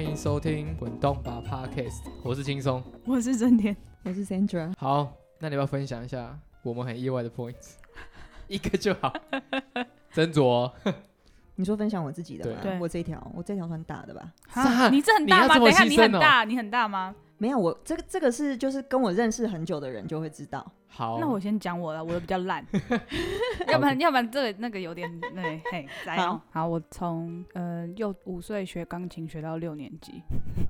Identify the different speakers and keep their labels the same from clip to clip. Speaker 1: 迎收听《滚动吧 Podcast》，我是轻松。
Speaker 2: 我是真田，
Speaker 3: 我是 Sandra，
Speaker 1: 好，那你要不要分享一下我们很意外的 points？一个就好，斟酌。哦
Speaker 3: 你说分享我自己的吗？
Speaker 2: 对对
Speaker 3: 我这一条，我这条算大的吧？
Speaker 1: 啥
Speaker 2: 你这很
Speaker 1: 你
Speaker 2: 大
Speaker 1: 要
Speaker 2: 吗？
Speaker 1: 这么
Speaker 2: 等一下，
Speaker 1: 牺
Speaker 2: 你
Speaker 1: 牲
Speaker 2: 很
Speaker 1: 哦
Speaker 2: 大，你很大吗？
Speaker 3: 没有，我这个这个是就是跟我认识很久的人就会知道。
Speaker 1: 好，
Speaker 2: 那我先讲我了，我的比较 烂， 要不然要不然这个那个有点对，嘿，来哦。好，我从呃幼五岁学钢琴学到六年 级，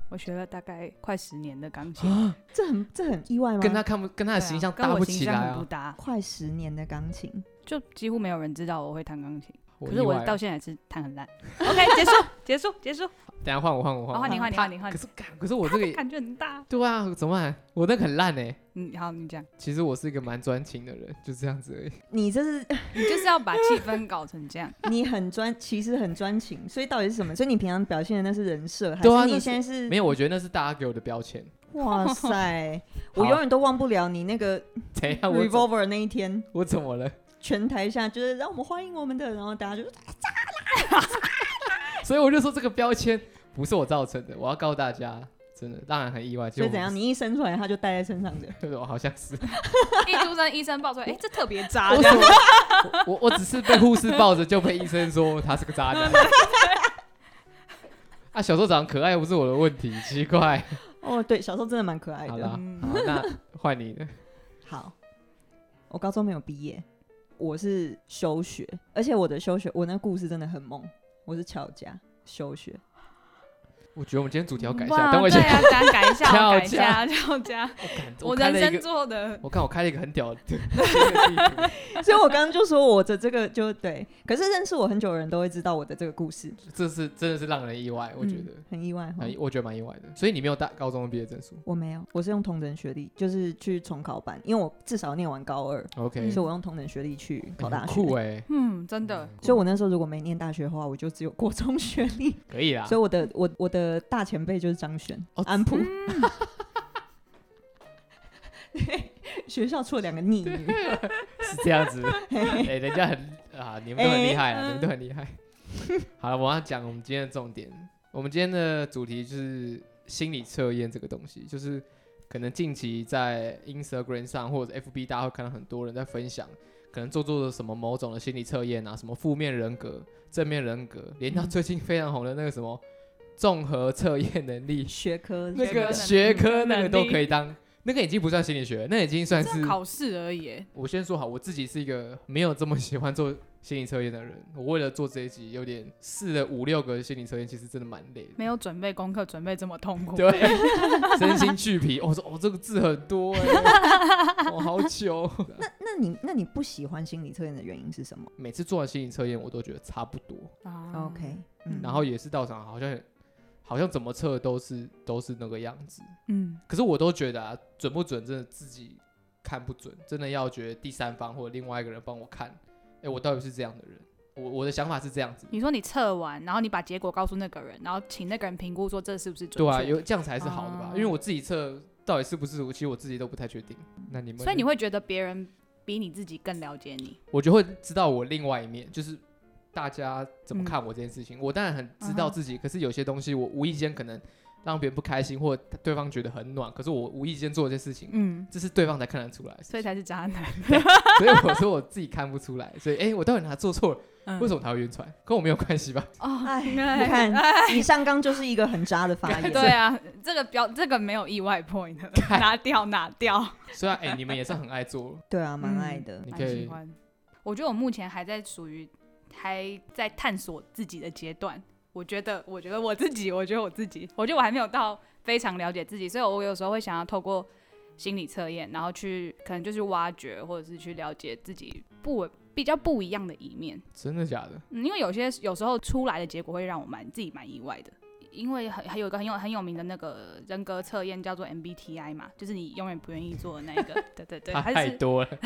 Speaker 2: 我学了大概快十年的钢琴，
Speaker 3: 这很这很意外吗？
Speaker 1: 跟他看不跟他
Speaker 2: 对
Speaker 1: 的啊
Speaker 2: 啊
Speaker 1: 形象
Speaker 2: 跟
Speaker 1: 搭
Speaker 2: 我
Speaker 1: 不
Speaker 2: 形
Speaker 1: 起
Speaker 2: 象
Speaker 1: 来
Speaker 2: 很不
Speaker 1: 啊，
Speaker 2: 搭，
Speaker 3: 快十年的钢琴，
Speaker 2: 就几乎没有人知道我会弹钢琴，可
Speaker 1: 意
Speaker 2: 是我
Speaker 1: 外
Speaker 2: 到
Speaker 1: 了
Speaker 2: 现在还是弹很烂。OK，结束， 结束，结束，
Speaker 1: 等下换我换我
Speaker 2: 好，换
Speaker 1: 换
Speaker 2: 你，
Speaker 1: 我。
Speaker 2: 哦换你，
Speaker 1: 他
Speaker 2: 换你，换
Speaker 1: 可
Speaker 2: 你
Speaker 1: 是，干可是我这个也
Speaker 2: 感觉很大。
Speaker 1: 对啊，怎么办？我那个很烂哎。
Speaker 2: 嗯，好，你讲，
Speaker 1: 其实我是一个蛮专情的人，就这样子而已。
Speaker 3: 你这是
Speaker 2: 你就是要把气氛搞成这样。
Speaker 3: 你很专，其实很专情，所以到底是什么？所以你平常表现的那是人设，还
Speaker 1: 对啊
Speaker 3: 是
Speaker 1: 那
Speaker 3: 你
Speaker 1: 是
Speaker 3: 现在是？
Speaker 1: 没有，我觉得那是大家给我的标 签。
Speaker 3: 哇 塞，我
Speaker 1: 好
Speaker 3: 永远都忘不了你 那个
Speaker 1: 等一下我怎
Speaker 3: revolver 那一天，
Speaker 1: 我怎么了？
Speaker 3: 全台下就是让我们欢迎我们的，然后大家就
Speaker 1: 所以我就说这个标签不是我造成的，我要告诉大家，真的让人很意外。
Speaker 3: 所以怎
Speaker 1: 结
Speaker 3: 样？
Speaker 1: 果
Speaker 3: 你一生出来他就带在身上的。
Speaker 1: 我？对我好像是，
Speaker 2: 一出生，医生爆出来，哎、这特别渣
Speaker 1: 我什么 我我我只是被护士抱着就被医生说他是个渣男。
Speaker 2: 嗯
Speaker 1: 啊，小时候长得可爱不是我的问题，奇怪。
Speaker 3: 哦，对，小时候真的蛮可爱
Speaker 1: 好
Speaker 3: 的。
Speaker 1: 啦，
Speaker 2: 嗯
Speaker 1: 好那换你了。
Speaker 3: 好，我高中没有毕业，我是休学，而且我的休学，我那故事真的很猛，我是翘家休学。
Speaker 1: 我觉得我们今天主题要改一
Speaker 2: 哇
Speaker 1: 下，等我一下
Speaker 2: 对。啊，咱改一下，
Speaker 1: 跳
Speaker 2: 改一下，跳家。
Speaker 1: 我看
Speaker 2: 我
Speaker 1: 开
Speaker 2: 人
Speaker 1: 了一
Speaker 2: 生
Speaker 1: 个，
Speaker 2: 做的
Speaker 1: 我看我开了一个很屌的新的地图。
Speaker 3: 所以我刚刚就说我的这个就对，可是认识我很久的人都会知道我的这个故事，
Speaker 1: 这是真的是让人意外，我觉
Speaker 3: 嗯
Speaker 1: 得，
Speaker 3: 很意外哈
Speaker 1: 很。我觉得蛮意外的。所以你没有大高中的毕业证书
Speaker 3: 我没有，我是用同等学历，就是去重考班，因为我至少念完高二，
Speaker 1: ，OK？
Speaker 2: 嗯
Speaker 3: 所以我用同等学历去考大
Speaker 1: 很
Speaker 3: 学。
Speaker 1: 酷哎，
Speaker 2: 嗯，真的，
Speaker 3: 所以，我那时候如果没念大学的话，我就只有国中学历。
Speaker 1: 可以啦。
Speaker 3: 所以我的我我的大前辈就是张璇、
Speaker 1: 哦
Speaker 3: 安普，
Speaker 2: 嗯
Speaker 3: 学校出了两个逆 女，
Speaker 1: 是这样子， 哎、人家很啊，你们都很厉害啊，
Speaker 2: 哎
Speaker 1: 你们都很厉害。 好了，我要讲我们今天的重点。我们今天的主题就是心理测验这个东西，就是可能近期在 Instagram 上或者 FB，大家会看到很多人在分享，可能做做的什么某种的心理测验啊，什么负面人格、正面人格，连
Speaker 2: 嗯
Speaker 1: 到最近非常红的那个什么综合测验能力，
Speaker 3: 学科
Speaker 1: 那个学
Speaker 2: 学
Speaker 1: 科
Speaker 2: 科
Speaker 1: 那
Speaker 2: 能
Speaker 1: 个
Speaker 2: 力
Speaker 1: 都可以当，那个已经不算心理学，那已经算是
Speaker 2: 这考试而已耶。
Speaker 1: 我先说好，我自己是一个没有这么喜欢做心理测验的人。我为了做这一集，有点试了五六个心理测验，其实真的蛮 累的。
Speaker 2: 没有准备功课，准备这么痛苦。
Speaker 1: 对，身心俱疲。我、说，哦，这个字很多哎、 我、好久。
Speaker 3: 那你那你不喜欢心理测验的原因是什么、
Speaker 1: 每次做完心理测验，我都觉得差不多，
Speaker 2: 啊
Speaker 3: o k 嗯，
Speaker 1: 然后也是到场好像好像怎么测都是都是那个样子。
Speaker 2: 嗯，
Speaker 1: 可是我都觉得啊，准不准真的自己看不准，真的要觉得第三方或者另外一个人帮我看，哎、我到底是这样的人。我我的想法是这样子，
Speaker 2: 你说你测完，然后你把结果告诉那个人，然后请那个人评估说这是不是准确。
Speaker 1: 对啊，有这样才是好的吧？
Speaker 2: 哦
Speaker 1: 因为我自己测到底是不是，我其实我自己都不太确定。那你们呢，
Speaker 2: 所以你会觉得别人比你自己更了解你。
Speaker 1: 我就会知道我另外一面，就是大家怎
Speaker 2: 嗯
Speaker 1: 么看我这件事情。我当然很知
Speaker 2: 啊
Speaker 1: 道自己，可是有些东西我无意间可能让别人不开心，或对方觉得很暖，可是我无意间做这些事情，
Speaker 2: 嗯，
Speaker 1: 这是对方才看得出来的事
Speaker 2: 所
Speaker 1: 情。
Speaker 2: 以才是渣男。
Speaker 1: 所以我说我自己看不出来，所以哎、诶我到底哪做错了？
Speaker 2: 嗯
Speaker 1: 为什么他会晕船？跟我没有关系吧？
Speaker 2: 哦，
Speaker 3: 哎
Speaker 2: 你
Speaker 3: 你看，以上刚就是一个很渣的发 言，
Speaker 2: 哎对啊，这个标这个没有意外 point，的 拿掉拿掉。
Speaker 1: 虽然哎、诶你们也是很爱 做，
Speaker 3: 对啊，
Speaker 2: 嗯
Speaker 3: 蛮爱的。
Speaker 1: 你
Speaker 2: 蛮
Speaker 1: 可以
Speaker 2: 喜欢。我觉得我目前还在属于还在探索自己的阶段。我觉得，我觉得我自己，我觉得我自己，我觉得我还没有到非常了解自己，所以我有时候会想要透过心理测验，然后去可能就是挖掘，或者是去了解自己不比较不一样的一面。
Speaker 1: 真的假的？
Speaker 2: 嗯，因为有些有时候出来的结果会让我蛮自己蛮意外的，因为很还有一个很有很有名的那个人格测验叫做 MBTI 嘛，就是你永远不愿意做的那一 个，对对对，
Speaker 1: 他
Speaker 2: 它
Speaker 1: 啊太
Speaker 2: 是
Speaker 1: 多了。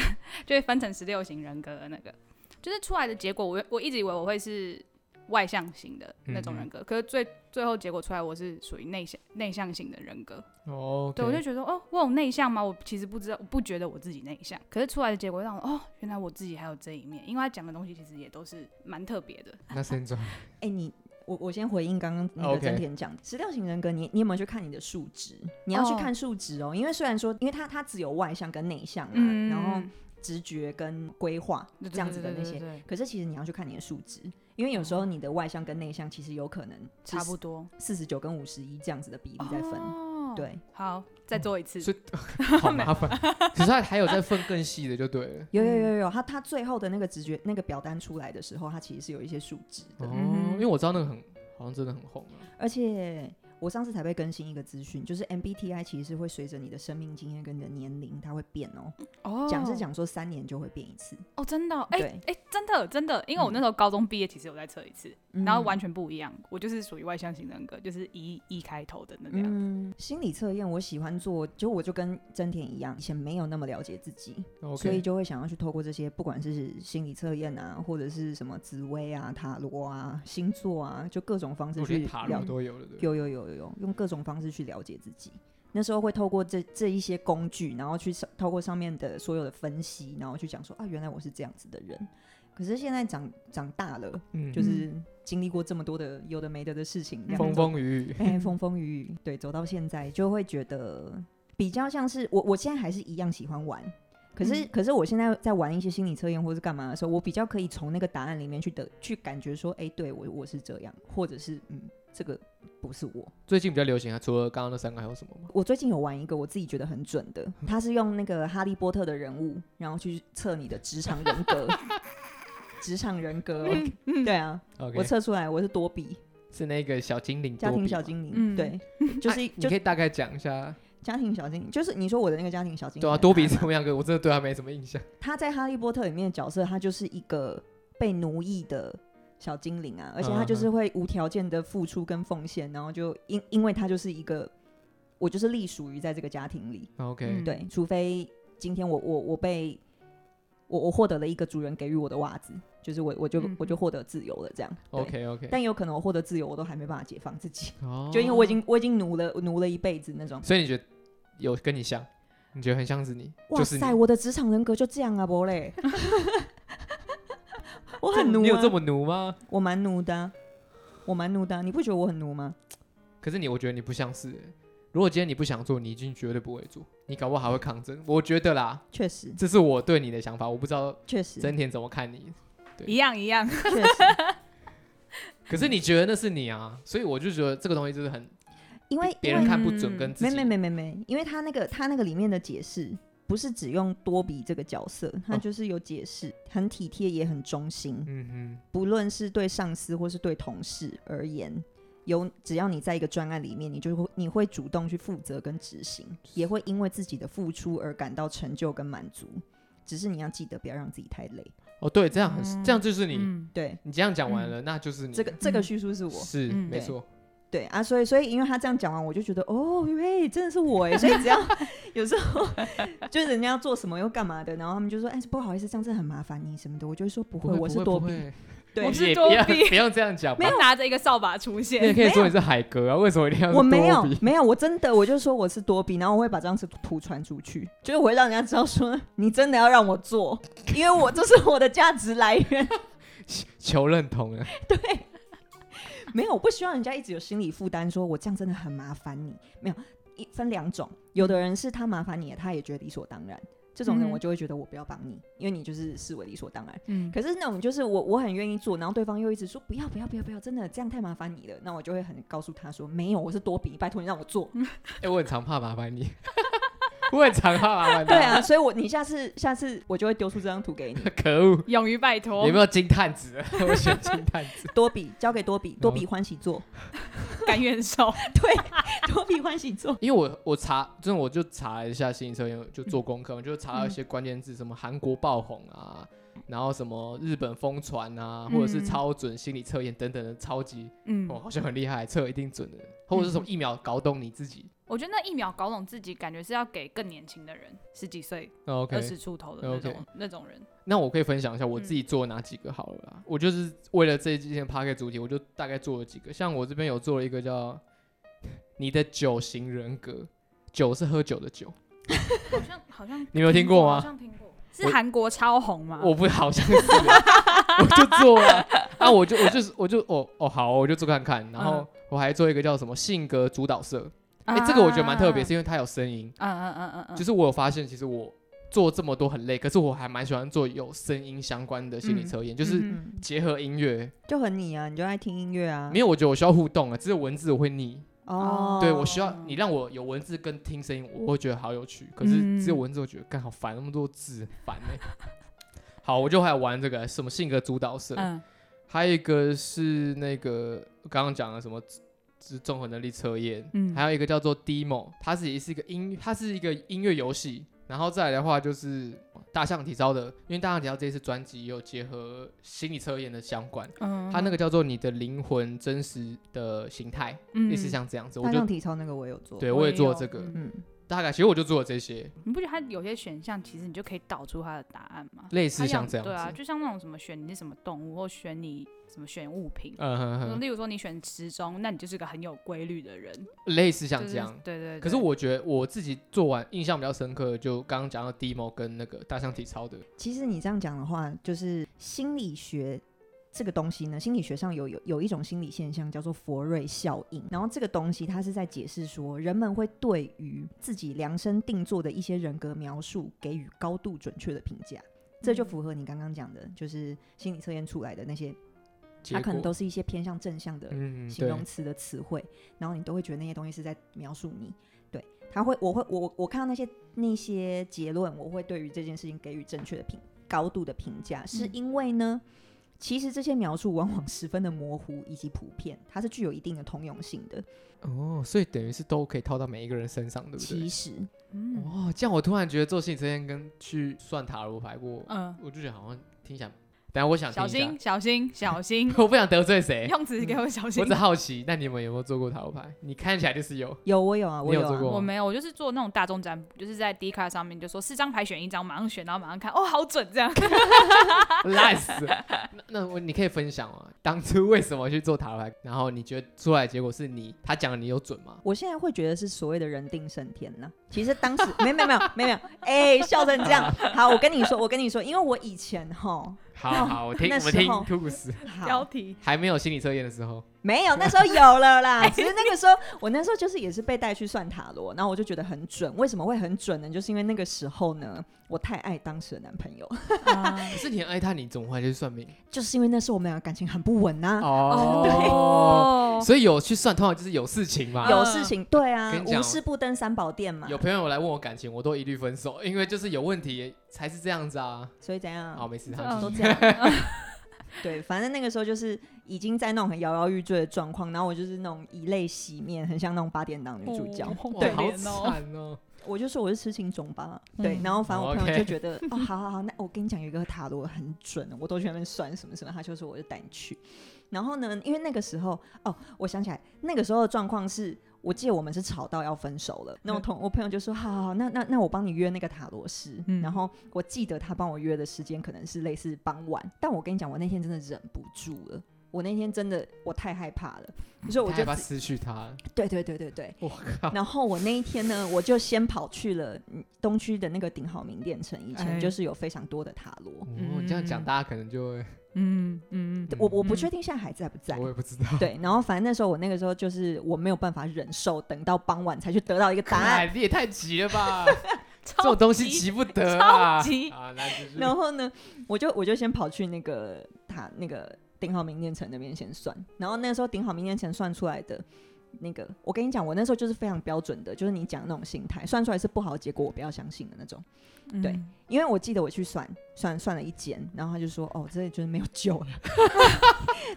Speaker 2: 就会分成十六型人格的那个，就是出来的结果我，我一直以为我会是外向型的那种人格，可是最最后结果出来，我是属于内向内向型的人格。
Speaker 1: 哦，
Speaker 2: 对，我就觉得哦，我有内向吗？我其实不知道，我不觉得我自己内向，可是出来的结果让我哦，原来我自己还有这一面，因为他讲的东西其实也都是蛮特别的。
Speaker 1: 那先转。
Speaker 3: 哎、你我我先回应刚刚那个
Speaker 1: OK
Speaker 3: 真田讲的，十六型人格你，你有没有去看你的数值？你要去
Speaker 2: 哦
Speaker 3: 看数值哦，因为虽然说，因为它它只有外向跟内向嘛，
Speaker 2: 嗯，
Speaker 3: 然后直觉跟规划
Speaker 2: 对
Speaker 3: 嗯这样子的那
Speaker 2: 对对
Speaker 3: 些，
Speaker 2: 对对对
Speaker 3: 可是其实你要去看你的数值，因为有时候你的外向跟内向其实有可能
Speaker 2: 哦差不多
Speaker 3: 四十九跟五十一这样子的比例在分，
Speaker 2: 哦，
Speaker 3: 对，
Speaker 2: 好，再做一次，
Speaker 1: 所好麻烦。可是他还有再分更细的就对了。
Speaker 3: 有有有有，他他最后的那个直觉那个表单出来的时候，他其实是有一些数值的，
Speaker 1: 哦，
Speaker 2: 嗯
Speaker 1: 因为我知道那个很好像真的很红啊。
Speaker 3: 而且我上次才被更新一个资讯，就是 MBTI 其实是会随着你的生命经验跟你的年龄，它会变哦。
Speaker 2: 哦，
Speaker 3: 讲是讲说三年就会变一次，
Speaker 2: 哦，真的哦，哎、
Speaker 3: 对
Speaker 2: 哎、真的真的，因为我那时候高中毕业，其实有在测一次，然后完
Speaker 3: 全
Speaker 2: 全不一样，我就是属于外向型人格，就是一一开头的那个样子。
Speaker 3: 嗯，心理测验我喜欢做，就我就跟真田一样，以前没有那么了解自己，所以
Speaker 1: OK，
Speaker 3: 就会想要去透过这些，不管是心理测验啊，或者是什么紫薇啊、塔罗啊、星座啊，就各种方式
Speaker 1: 我觉
Speaker 3: 去
Speaker 1: 得塔
Speaker 3: 了
Speaker 1: 罗都有了，对不对。
Speaker 3: 有有有有有，用各种方式去了解自己。那时候会透过这这一些工具，然后去上透过上面的所有的分析，然后去讲说啊，原来我是这样子的人。可是现在长长大了，
Speaker 1: 嗯，
Speaker 3: 就是经历过这么多的有的没的的事情，这样
Speaker 1: 风
Speaker 3: 走
Speaker 1: 风雨 雨。
Speaker 3: 哎风风雨雨，对，走到现在就会觉得比较像是我，我现在还是一样喜欢玩。可是，
Speaker 2: 嗯
Speaker 3: 可是我现在在玩一些心理测验或是干嘛的时候，我比较可以从那个答案里面去得去感觉说，哎、对我我是这样，或者是嗯，这个不是我。
Speaker 1: 最近比较流行啊，除了刚刚那三个还有什么吗？
Speaker 3: 我最近有玩一个我自己觉得很准的，它是用那个哈利波特的人物，然后去测你的职场人格，职场人格哦、对啊，我
Speaker 1: OK，
Speaker 3: 测出来我是多比，
Speaker 1: 是那个小精灵，
Speaker 3: 家庭小，精灵，
Speaker 2: 嗯
Speaker 3: 对，就是、
Speaker 1: 你
Speaker 3: 就
Speaker 1: 可以大概讲一下，
Speaker 3: 家庭小精灵，就是你说我的那个家庭小精灵，
Speaker 1: 对啊，多比怎么样？可我真的对他没什么印象。
Speaker 3: 他在《哈利波特》里面的角色，他就是一个被奴役的小精灵
Speaker 1: 嗯
Speaker 3: 啊，而且他就是会无条件的付出跟奉献，然后就因因为他就是一个，我就是隶属于在这个家庭里，
Speaker 1: OK，
Speaker 2: 嗯
Speaker 3: 对，除非今天我我我被我我获得了一个主人给予我的袜子，就是我我就、
Speaker 2: 嗯
Speaker 3: 我就获得自由了这样。对
Speaker 1: OK OK，
Speaker 3: 但有可能我获得自由，我都还没办法解放自己，
Speaker 1: 哦
Speaker 3: 就因为我已经我已经奴了奴了一辈子那种。
Speaker 1: 所以你觉得有跟你像？你觉得很像是你？
Speaker 3: 哇
Speaker 1: 就是你
Speaker 3: 塞，我的职场人格就这样啊，伯嘞，我很奴、啊，
Speaker 1: 你有这么奴吗？
Speaker 3: 我蛮奴的啊、我蛮奴的啊、你不觉得我很奴吗？
Speaker 1: 可是你，我觉得你不像是欸。如果今天你不想做，你一定绝对不会做，你搞不好还会抗争。我觉得啦，
Speaker 3: 确实，
Speaker 1: 这是我对你的想法，我不知道
Speaker 3: 确实，
Speaker 1: 真田怎么看你。对
Speaker 2: 一样一样，
Speaker 3: 确实，
Speaker 1: 可是你觉得那是你啊，所以我就觉得这个东西就是很
Speaker 3: 因为
Speaker 1: 别
Speaker 3: 因
Speaker 1: 人
Speaker 3: 为
Speaker 1: 看不准，跟自
Speaker 3: 嗯没
Speaker 1: 己
Speaker 3: 没没没没，因为他那个他那个里面的解释不是只用多比这个角色，他
Speaker 1: 哦
Speaker 3: 就是有解释，很体贴也很忠心，
Speaker 1: 嗯
Speaker 3: 不论是对上司或是对同事而言。有，只要你在一个专案里面，你就会你会主动去负责跟执行，也会因为自己的付出而感到成就跟满足。只是你要记得不要让自己太累。
Speaker 1: 哼，哦对，这样很、
Speaker 2: 嗯
Speaker 1: 这样就是你，
Speaker 2: 嗯，
Speaker 3: 对，
Speaker 1: 你这样讲完了，那就是你
Speaker 3: 这个这个
Speaker 2: 嗯
Speaker 3: 叙述是我，
Speaker 1: 是、
Speaker 2: 嗯
Speaker 1: 没
Speaker 3: 对
Speaker 1: 错，
Speaker 3: 对啊，所以所以因为他这样讲完，我就觉得哦，喂，真的是我 哎，所以只要有时候就是人家要做什么又干嘛的，然后他们就说哎不好意思，这样真的很麻烦你什么的，我就会说不会，我是多
Speaker 1: 不
Speaker 3: 比，
Speaker 1: 会，
Speaker 3: 对
Speaker 2: 我
Speaker 1: 你
Speaker 2: 是
Speaker 1: 也
Speaker 2: 多
Speaker 1: 不要
Speaker 2: 比
Speaker 1: 不要这样讲吧，
Speaker 2: 有 拿着一个扫把出
Speaker 1: 你也
Speaker 2: 现，
Speaker 1: 可以说你是海格啊，为什么一定要是
Speaker 3: 我没有
Speaker 1: 多比
Speaker 3: 没有，我真的我就说我是多比，然后我会把这张图传出去，就是我会让人家知道说你真的要让我做，因为我这是我的价值来源，
Speaker 1: 求认同啊？
Speaker 3: 对。没有，我不希望人家一直有心理负担，说我这样真的很麻烦你。没有，一分两种，有的人是他麻烦你，他也觉得理所当然，这种人
Speaker 2: 嗯
Speaker 3: 我就会觉得我不要帮你，因为你就是视为理所当然。
Speaker 2: 嗯，
Speaker 3: 可是那种就是我我很愿意做，然后对方又一直说不要不要不要不要，真的这样太麻烦你了，那我就会很告诉他说没有，我是多比，拜托你让我做。
Speaker 1: 哎、我很常怕麻烦你， 我很常怕麻 烦
Speaker 3: 对
Speaker 1: 他，
Speaker 3: 啊，所以我你下次下次我就会丢出这张图给你，
Speaker 1: 可恶，
Speaker 2: 勇于拜托
Speaker 1: 有没，有金探子啊？ 我选金探子，
Speaker 3: 多比交给多比，
Speaker 1: 嗯
Speaker 3: 多比欢喜做，
Speaker 2: 甘愿受，
Speaker 3: 对，多比欢喜做。
Speaker 1: 因为我我查，真的我就查了一下心理测验，就做功课，我就查到一些关键字，什么韩国爆红啊，然后什么日本疯传啊，或者是
Speaker 2: 嗯
Speaker 1: 超准心理测验等等的超级，
Speaker 2: 嗯，
Speaker 1: 哦，好像很厉害，测一定准的，或者是什么一秒搞懂你自己。
Speaker 2: 我觉得那一秒搞懂自己，感觉是要给更年轻的人，十几岁、
Speaker 1: 哦
Speaker 2: 二
Speaker 1: OK，
Speaker 2: 十出头的那种
Speaker 1: OK
Speaker 2: 那种人，
Speaker 1: 那我可以分享一下我自己做哪几个好了啦。我就是为了这一件 p a r k 主题，我就大概做了几个。像我这边有做了一个叫你的酒型人格，酒是喝酒的酒，
Speaker 2: 好像好像
Speaker 1: 你没有听过吗
Speaker 2: 好像听过，是韩国超红吗？
Speaker 1: 我不好像是，我就做了啊。啊，我就我就是我就哦哦好，我就做看看，然
Speaker 3: 嗯
Speaker 1: 后我还做一个叫什么性格主导社，哎、这个我觉得蛮特
Speaker 3: 啊
Speaker 1: 别，是因为它有声音，
Speaker 2: 嗯嗯嗯嗯嗯，
Speaker 1: 就是我有发现，其实我做这么多很累，可是我还蛮喜欢做有声音相关的心理测验，就是
Speaker 3: 嗯
Speaker 1: 结合音乐，
Speaker 3: 就很你啊，你就爱听音乐啊，
Speaker 1: 没有我觉得我需要互动啊，只有文字我会腻，
Speaker 3: 哦，
Speaker 1: 对我需要你让我有文字跟听声音，我会觉得好有趣，可是
Speaker 3: 嗯
Speaker 1: 只有文字我觉得干好烦，那么多字烦哎、 好，我就还玩这个什么性格主导社，
Speaker 2: 嗯
Speaker 1: 还有一个是那个刚刚讲的什么自自综合能力测验，
Speaker 2: 嗯
Speaker 1: 还有一个叫做 Demo，它是也是一个音，它是一个音乐游戏。然后再来的话就是大象体操的，因为大象体操这次专辑也有结合心理测验的相关，
Speaker 2: 嗯，
Speaker 1: 它那个叫做你的灵魂真实的形态，
Speaker 2: 嗯
Speaker 1: 类似像这样子，我
Speaker 3: 大
Speaker 1: 就
Speaker 3: 象体操那个我有做，
Speaker 1: 对我也做这个，
Speaker 3: 嗯，
Speaker 1: 大概其实我就做了这些，
Speaker 2: 你不觉得它有些选项其实你就可以导出它的答案吗？
Speaker 1: 类似
Speaker 2: 它
Speaker 1: 像这样
Speaker 2: 对啊，
Speaker 1: 子，
Speaker 2: 就像那种什么选你是什么动物，或选你什么选物品。
Speaker 1: 嗯哼哼，
Speaker 2: 例如说你选时钟，那你就是个很有规律的人，
Speaker 1: 类似
Speaker 2: 就
Speaker 1: 像
Speaker 2: 是
Speaker 1: 这样，
Speaker 2: 对对对。
Speaker 1: 可是我觉得我自己做完印象比较深刻，的就刚刚讲到 demo 跟那个大象体操的，
Speaker 3: 其实你这样讲的话，就是心理学这个东西呢，心理学上有有有一种心理现象叫做佛瑞效应，然后这个东西它是在解释说，人们会对于自己量身定做的一些人格描述给予高度准确的评价，这就符合你刚刚讲的，就是心理测验出来的那些，
Speaker 1: 结
Speaker 3: 它
Speaker 1: 果
Speaker 3: 可能都是一些偏向正向的
Speaker 1: 嗯
Speaker 3: 形
Speaker 1: 对
Speaker 3: 容词的词汇，然后你都会觉得那些东西是在描述你。对，他会，我会，我我看到那些那些结论，我会对于这件事情给予正确的评高度的评价，是
Speaker 2: 嗯
Speaker 3: 因为呢，其实这些描述往往十分的模糊以及普遍，它是具有一定的通用性的。
Speaker 1: 哦，所以等于是都可以套到每一个人身上，对不
Speaker 3: 其
Speaker 1: 对？
Speaker 3: 实，
Speaker 2: 嗯
Speaker 1: 哦，这样我突然觉得做心理测验跟去算塔罗牌过，
Speaker 2: 嗯，
Speaker 1: 我就觉得好像听起来，等下我想听
Speaker 2: 小
Speaker 1: 一下，
Speaker 2: 心，小心小 心
Speaker 1: 我不想得罪谁，
Speaker 2: 用词给我小心
Speaker 1: 我只。好奇，那你们有没有做过塔罗牌？你看起来就是 有，
Speaker 3: 有我有啊，
Speaker 1: 你
Speaker 3: 我
Speaker 1: 有
Speaker 3: 啊
Speaker 1: 做过
Speaker 2: 我没有，我就是做那种大众占卜，就是在 D 卡上面就说四张牌选一张，马上选，然后马上看，哦，好准这样。
Speaker 1: 烂死了。那那我你可以分享啊，当初为什么去做塔罗牌？然后你觉得出来的结果是你他讲的你有准吗？
Speaker 3: 我现在会觉得是所谓的人定胜天呢、其实当时没没没有没有没有，哎、笑成这样。好，我跟你说，我跟你说，因为我以前哈，
Speaker 1: 好好，我听
Speaker 3: 哦那
Speaker 1: 我们
Speaker 3: 时
Speaker 1: 听
Speaker 3: 候
Speaker 1: 吐司，
Speaker 2: 标
Speaker 3: 好，
Speaker 2: 题，
Speaker 1: 还没有心理测验的时候，
Speaker 3: 没有，那时候有 了啦。只是那个时候，我那时候就是也是被带去算塔罗，然后我就觉得很准。为什么会很准呢？就是因为那个时候呢，我太爱当时的男朋友，啊
Speaker 1: 可是你很爱他，你总会去算命
Speaker 3: 就是因为那时候我们俩感情很不稳啊呐、
Speaker 1: 哦。所以有去算，通常就是有事情嘛。
Speaker 3: 有事情，对啊
Speaker 1: 哦跟，你讲
Speaker 3: 无事不登三宝殿嘛
Speaker 1: 有，朋友来问我感情，我都一律分手，因为就是有问题才是这样子啊。
Speaker 3: 所以怎样？
Speaker 1: 好，没事，
Speaker 2: 嗯
Speaker 1: 好继
Speaker 3: 都
Speaker 1: 续
Speaker 3: 这 样。对，反正那个时候就是已经在那种很摇摇欲坠的状况，然后我就是那种以泪洗面，很像那种八点档女主角。
Speaker 2: 哦
Speaker 1: 哇
Speaker 2: 对
Speaker 1: 好
Speaker 2: 怜哦
Speaker 1: 惨哦。
Speaker 3: 我就说我是痴情种吧，对。
Speaker 2: 嗯
Speaker 3: 然后反正我朋友就
Speaker 1: OK
Speaker 3: 觉得，哦，好好好，那我跟你讲，有一个塔罗很准，我都去那边算什么什么，他就说我就带你去。然后呢，因为那个时候，哦，我想起来，那个时候的状况是。我记得我们是吵到要分手了，那我同我朋友就说：“好好好，那那那我帮你约那个塔罗师。
Speaker 2: 嗯
Speaker 3: 然后我记得他帮我约的时间可能是类似傍晚，但我跟你讲，我那天真的忍不住了，我那天真的我太害怕了，所以我
Speaker 1: 太害
Speaker 3: 就
Speaker 1: 怕
Speaker 3: 自
Speaker 1: 失去他，
Speaker 3: 对对对对对，
Speaker 1: 我靠！
Speaker 3: 然后我那一天呢，我就先跑去了嗯东区的那个鼎好名店城，以前
Speaker 2: 哎
Speaker 3: 就是有非常多的塔罗。
Speaker 1: 哦，你这样讲，
Speaker 2: 嗯
Speaker 1: 大家可能就会，
Speaker 2: 嗯嗯
Speaker 3: 我我不
Speaker 2: 嗯
Speaker 3: 确定现在还在不在。
Speaker 1: 我也不知道。
Speaker 3: 对，然后反正那时候我那个时候就是我没有办法忍受，等到傍晚才去得到一个答案。
Speaker 1: 哎，你也太急了 吧！这
Speaker 2: 这
Speaker 1: 种东西急不得啊！
Speaker 2: 超级
Speaker 1: 啊，来继续
Speaker 3: 然后呢，我就我就先跑去那个塔那个鼎好名店城那边先算，然后那时候鼎好名店城算出来的。那个，我跟你讲，我那时候就是非常标准的，就是你讲的那种心态，算出来是不好的结果，我不要相信的那种。对，
Speaker 2: 嗯
Speaker 3: 因为我记得我去算算算了一间，然后他就说：“哦，这就是没有救了。”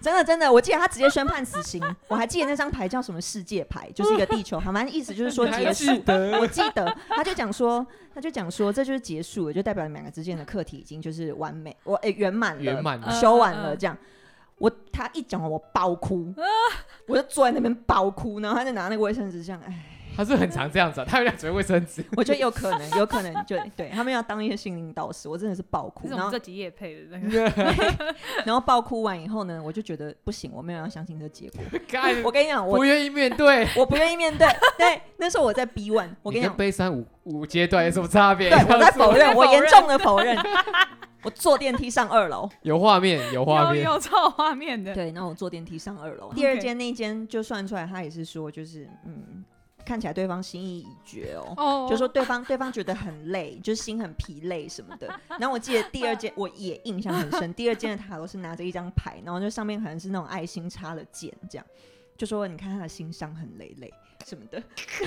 Speaker 3: 真的真的，我记得他直接宣判死刑。我还记得那张牌叫什么世界牌，就是一个地球，好，反正意思就是说
Speaker 1: 你还
Speaker 3: 结
Speaker 1: 记
Speaker 3: 束。
Speaker 1: 得
Speaker 3: 我记得，他就讲说，他就讲说，这就是结束了，就代表你们两个之间的课题已经就是完美，我诶圆满了，
Speaker 1: 圆满啊了
Speaker 3: 修完
Speaker 2: 嗯嗯
Speaker 3: 了
Speaker 2: 嗯
Speaker 3: 这样。我他一讲完，我爆 哭，我就坐在那边爆哭，然后他就拿那个卫生纸这样，哎。
Speaker 1: 他是很常这样子啊，他有两嘴卫生纸。
Speaker 3: 我觉得有可能，有可能就对他们要当一些心灵导师，我真的是爆哭，
Speaker 2: 这
Speaker 3: 然
Speaker 2: 种
Speaker 3: 后
Speaker 2: 这集也配的那个，
Speaker 3: 然后爆哭完以后呢，我就觉得不行，我没有要相信这个结果。
Speaker 1: 干，
Speaker 3: 我跟你讲，我
Speaker 1: 不愿意面对。
Speaker 3: 我不愿意面对。对，那时候我在 B one，我跟
Speaker 1: 你
Speaker 3: 你讲
Speaker 1: 跟，悲伤五五阶段有什么差别？
Speaker 3: 对我在否认，
Speaker 2: 我
Speaker 3: 我
Speaker 2: 在否 认
Speaker 3: 严重的否认。我坐电梯上二楼。
Speaker 1: 有画面，有画
Speaker 2: 有
Speaker 1: 面，
Speaker 2: 有超画面的，
Speaker 3: 对，那我坐电梯上二楼。第二
Speaker 2: OK
Speaker 3: 间那间就算出来，他也是说就是嗯，看起来对方心意已决哦。
Speaker 2: 哦
Speaker 3: 就说对方对方觉得很累，就是心很疲累什么的。然后我记得第二间我也印象很深，第二间的塔罗是拿着一张牌，然后就上面好像是那种爱心插了箭这样，就说你看他的心伤痕累累什么的。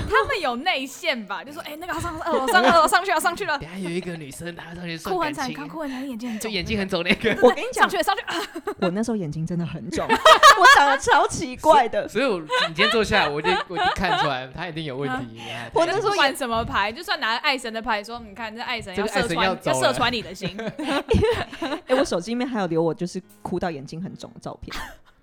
Speaker 2: 他们有内线吧，就说哎、那个要上二楼， 上二楼，上去了，上去了。
Speaker 1: 等下有一个女生，她上去
Speaker 2: 酷
Speaker 1: 算
Speaker 2: 很惨，
Speaker 1: 感
Speaker 2: 你看
Speaker 1: 情，
Speaker 2: 酷很惨，眼睛很
Speaker 1: 就
Speaker 2: 肿，
Speaker 1: 眼睛很肿那 个。
Speaker 3: 我跟你
Speaker 2: 上，
Speaker 3: 讲
Speaker 2: 去了，上去了。啊
Speaker 3: 我那时候眼睛真的很肿， 我长得超奇怪的。
Speaker 1: 所以我你今天坐下来，我就我就看出来她一定有问 题。你看
Speaker 3: 我
Speaker 1: 她
Speaker 3: 那
Speaker 1: 一定
Speaker 3: 时候
Speaker 2: 不
Speaker 3: 也
Speaker 2: 管什么牌，就算拿爱神的牌，说你看这爱神
Speaker 1: 这
Speaker 2: 要
Speaker 1: 个爱
Speaker 2: 射
Speaker 1: 神
Speaker 2: 穿，
Speaker 1: 要
Speaker 2: 要
Speaker 1: 走了，
Speaker 2: 射穿你的心，
Speaker 3: 哎、我手机里面还有留我就是哭到眼睛很肿的照片，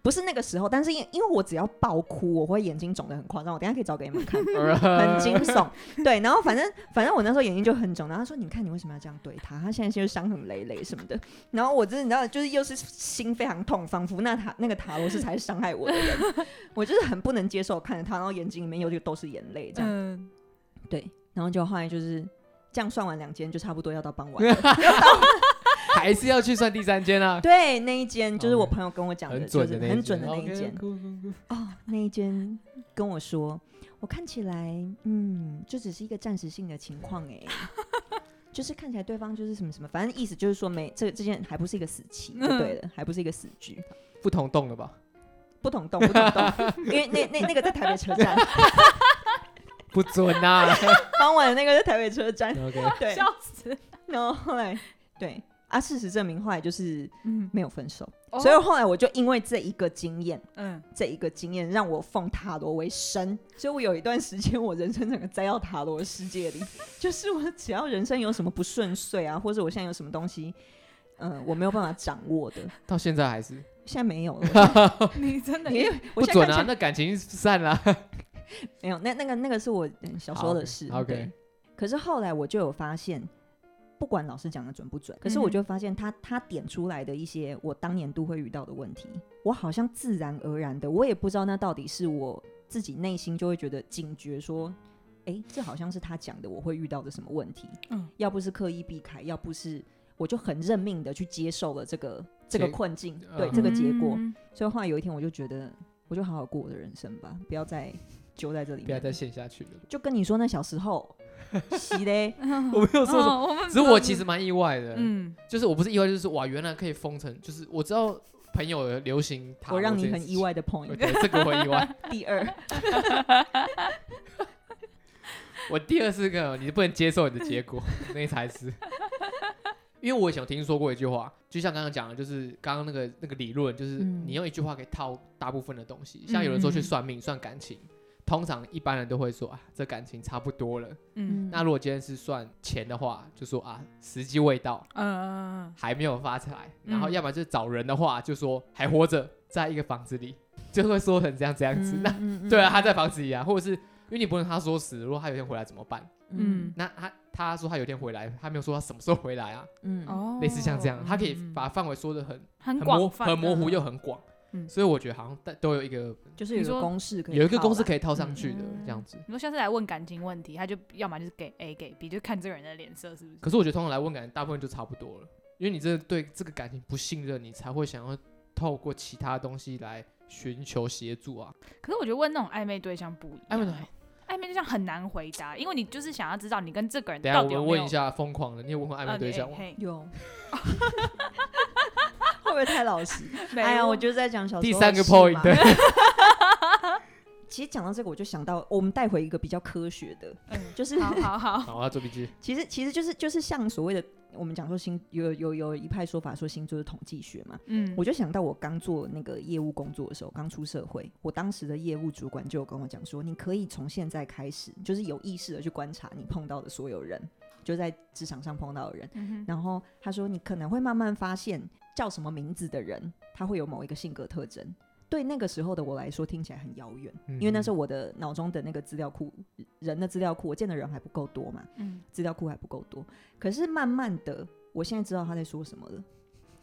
Speaker 3: 不是那个时候，但是因因为我只要爆哭，我会眼睛肿的很夸张，我等一下可以找给你们看
Speaker 1: 很
Speaker 3: 很惊悚。对，然后反正反正我那时候眼睛就很肿，然后他说你看你为什么要这样对他？他现在就是伤痕累累什么的，然后我真的你知道，就是又是心非常痛，仿佛那塔那个塔罗是才是伤害我的人，我就是很不能接受看着他，然后眼睛里面又就都是眼泪这样，
Speaker 2: 嗯，
Speaker 3: 对，然后就后来就是这样算完两间就差不多要到傍 晚了。
Speaker 1: 还是要去算第三间啊，
Speaker 3: 对，那一间就是我
Speaker 1: OK
Speaker 3: 朋友跟我讲的，
Speaker 1: 很
Speaker 3: 就
Speaker 1: 准
Speaker 3: 是
Speaker 1: 的那
Speaker 3: 很准的那一
Speaker 1: 一
Speaker 3: 间
Speaker 1: 间。酷酷酷
Speaker 3: 哦，那一间跟我说，我看起来，嗯，就只是一个暂时性的情况 哎，就是看起来对方就是什么什么，反正意思就是说没这这件还不是一个死棋，就对了，
Speaker 2: 嗯
Speaker 3: 还不是一个死局，
Speaker 1: 不同洞了吧？
Speaker 3: 不同动不同动， 因为那那那个在台北车站，
Speaker 1: 不准 呐。
Speaker 3: 傍晚的那个在台北车站，
Speaker 1: OK，
Speaker 3: 对，
Speaker 2: 笑死。
Speaker 3: 然后后来对啊，事实证明后来就是
Speaker 2: 嗯
Speaker 3: 没有分手，
Speaker 2: 哦
Speaker 3: 所以后来我就因为这一个经验。
Speaker 2: 嗯，
Speaker 3: 这一个经验让我奉塔罗为神，所以我有一段时间，我人生整个栽到塔罗的世界里。就是我只要人生有什么不顺遂啊，或者我现在有什么东西，呃，我没有办法掌握的，
Speaker 1: 到现在还是
Speaker 3: 现在没有了。
Speaker 1: 哦
Speaker 2: 你真的
Speaker 3: 因为我
Speaker 1: 不
Speaker 3: 现在
Speaker 1: 准
Speaker 3: 看起
Speaker 1: 啊，
Speaker 3: 来
Speaker 1: 那感情散了。
Speaker 3: 没有。那那个那个是我嗯小时候的事。
Speaker 1: 好，OK，
Speaker 3: 对可是后来我就有发现，不管老师讲的准不准，可是
Speaker 2: 嗯哼
Speaker 3: 我就发现他他点出来的一些我当年度会遇到的问题，我好像自然而然的，我也不知道那到底是我自己内心就会觉得警觉说。诶，这好像是他讲的，我会遇到的什么问题？
Speaker 2: 嗯
Speaker 3: 要不是刻意避开，要不是我就很认命的去接受了这个这个
Speaker 1: 结
Speaker 3: 困境，
Speaker 1: 嗯
Speaker 3: 对这个结果。
Speaker 2: 嗯
Speaker 3: 所以后来有一天，我就觉得，我就好好过我的人生吧，不要再揪在这里面。
Speaker 1: 不要再陷下去了。
Speaker 3: 就跟你说那小 时候，是嘞，
Speaker 1: 我没 有说什么，
Speaker 2: 哦我们
Speaker 1: 只是
Speaker 3: 嗯
Speaker 1: 我其实蛮意外的，
Speaker 2: 嗯，
Speaker 1: 就是我不是意外，就是哇，原来可以封城，就是我知道朋友有流行塔罗
Speaker 3: 我让你
Speaker 1: 这件
Speaker 3: 很
Speaker 1: 事
Speaker 3: 意
Speaker 1: 情。
Speaker 3: 外的 point。
Speaker 1: 对，这个我意外。
Speaker 3: 第二，
Speaker 1: 我第二次个你不能接受你的结果， 那才是。因为我以前有听说过一句话，就像刚刚讲的，就是刚刚那个那个理论，就是
Speaker 3: 嗯
Speaker 1: 你用一句话可以套大部分的东西。像有人说去算命、算感情，通常一般人都会说啊，这感情差不多了。
Speaker 2: 嗯
Speaker 1: 那如果今天是算钱的话，就说啊，时机未到，
Speaker 2: 嗯嗯
Speaker 1: 还没有发财。然后
Speaker 2: 嗯
Speaker 1: 要不然就是找人的话，就说还活着，在一个房子里， 就会说成这样这样
Speaker 2: 嗯
Speaker 1: 子。 那
Speaker 3: 那
Speaker 1: 对啊，，他在房子里啊，或者是因为你不能他说死，如果他有一天回来怎么办？
Speaker 2: 嗯
Speaker 1: 那他他说他有一天回来，他没有说他什么时候回来啊，
Speaker 3: 嗯
Speaker 2: 嗯，哦
Speaker 1: 类似像这样，他可以
Speaker 2: 嗯
Speaker 1: 把范围说的很
Speaker 2: 很
Speaker 1: 模
Speaker 2: 广泛，
Speaker 1: 很模糊
Speaker 2: 嗯
Speaker 1: 又很广，
Speaker 2: 嗯
Speaker 1: 所以我觉得好像但都有一个
Speaker 3: 就是有一
Speaker 2: 你
Speaker 3: 个
Speaker 2: 说
Speaker 3: 公式可以，
Speaker 1: 有一个公式可
Speaker 3: 以。
Speaker 1: 以套上去的
Speaker 2: 嗯
Speaker 1: 这样子。
Speaker 2: 你说下次来问感情问题，他就要么就是给 A 给 B，就看这个人的脸色是不是？
Speaker 1: 可是我觉得通常来问感情，大部分就差不多了，因为你真的对这个感情不信任，你才会想要透过其他东西来寻求协助啊。
Speaker 2: 可是我觉得问那种暧昧对象不一样、
Speaker 1: 哎，不
Speaker 2: 欸暧昧对象很难回答，因为你就是想要知道你跟这个人
Speaker 1: 等一下
Speaker 2: 到
Speaker 1: 我
Speaker 2: 底有
Speaker 1: 们
Speaker 2: 没有
Speaker 1: 问一下疯狂的，你有问过
Speaker 3: 哦
Speaker 1: 暧昧对象
Speaker 2: 嗯
Speaker 3: 哎
Speaker 1: 吗？
Speaker 2: 嘿
Speaker 3: 有， 会不会太老实？
Speaker 2: 嘿
Speaker 3: 哎呀，
Speaker 2: 没
Speaker 3: 我就是在讲小时候
Speaker 1: 第
Speaker 3: 的
Speaker 1: 三个
Speaker 3: 事嘛
Speaker 1: point，对。
Speaker 3: 其实讲到这个，我就想到我们带回一个比较科学的，
Speaker 2: 嗯
Speaker 3: 就是
Speaker 2: 好好好，
Speaker 1: 好，我要做笔记。
Speaker 3: 其实其实就是就是像所谓的我们讲说星有有有一派说法说星座是统计学嘛，
Speaker 2: 嗯，
Speaker 3: 我就想到我刚做那个业务工作的时候，刚出社会，我当时的业务主管就有跟我讲说，你可以从现在开始，就是有意识的去观察你碰到的所有人，就在职场上碰到的人。
Speaker 2: 嗯哼
Speaker 3: 然后他说，你可能会慢慢发现叫什么名字的人，他会有某一个性格特征。对那个时候的我来说，听起来很遥远，
Speaker 1: 嗯
Speaker 3: 因为那时候我的脑中的那个资料库，人的资料库，我见的人还不够多嘛，
Speaker 2: 嗯，
Speaker 3: 资料库还不够多。可是慢慢的，我现在知道他在说什么了。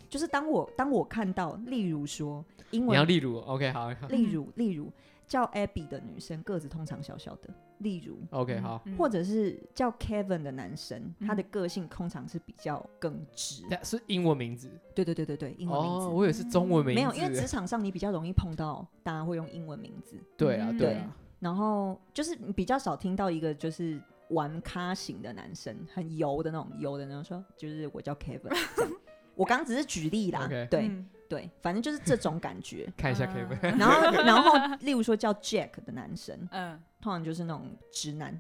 Speaker 3: 就是当我当我看到，例如说英
Speaker 1: 你要
Speaker 3: 文， 嗯
Speaker 1: 例如，OK，好，好
Speaker 3: 例如例如叫 Abby 的女生个子通常小小的，例如，
Speaker 1: OK，
Speaker 2: 嗯
Speaker 1: 好，
Speaker 2: 嗯
Speaker 3: 或者是叫 Kevin 的男生，他
Speaker 2: 嗯
Speaker 3: 的个性通常是比较耿直。
Speaker 1: 但是英文名字
Speaker 3: 对对对对嗯对，英文名字。
Speaker 1: 哦，
Speaker 3: 嗯
Speaker 1: 我也是中文名字，
Speaker 3: 没有，因为职场上你比较容易碰到大家会用英文名字，
Speaker 1: 对啊
Speaker 2: 嗯
Speaker 1: 对啊，
Speaker 3: 然后就是你比较少听到一个就是玩咖型的男生，很油的那种油的那种说，就是我叫 Kevin 这样。我刚刚只是举例啦
Speaker 1: OK。
Speaker 3: 对
Speaker 2: 嗯
Speaker 3: 对，反正就是这种感觉
Speaker 1: 看一下
Speaker 2: 啊
Speaker 1: Kevin，
Speaker 3: 然后，然后，例如说叫 Jack 的男生，
Speaker 2: 嗯，
Speaker 3: 通常就是那种直男，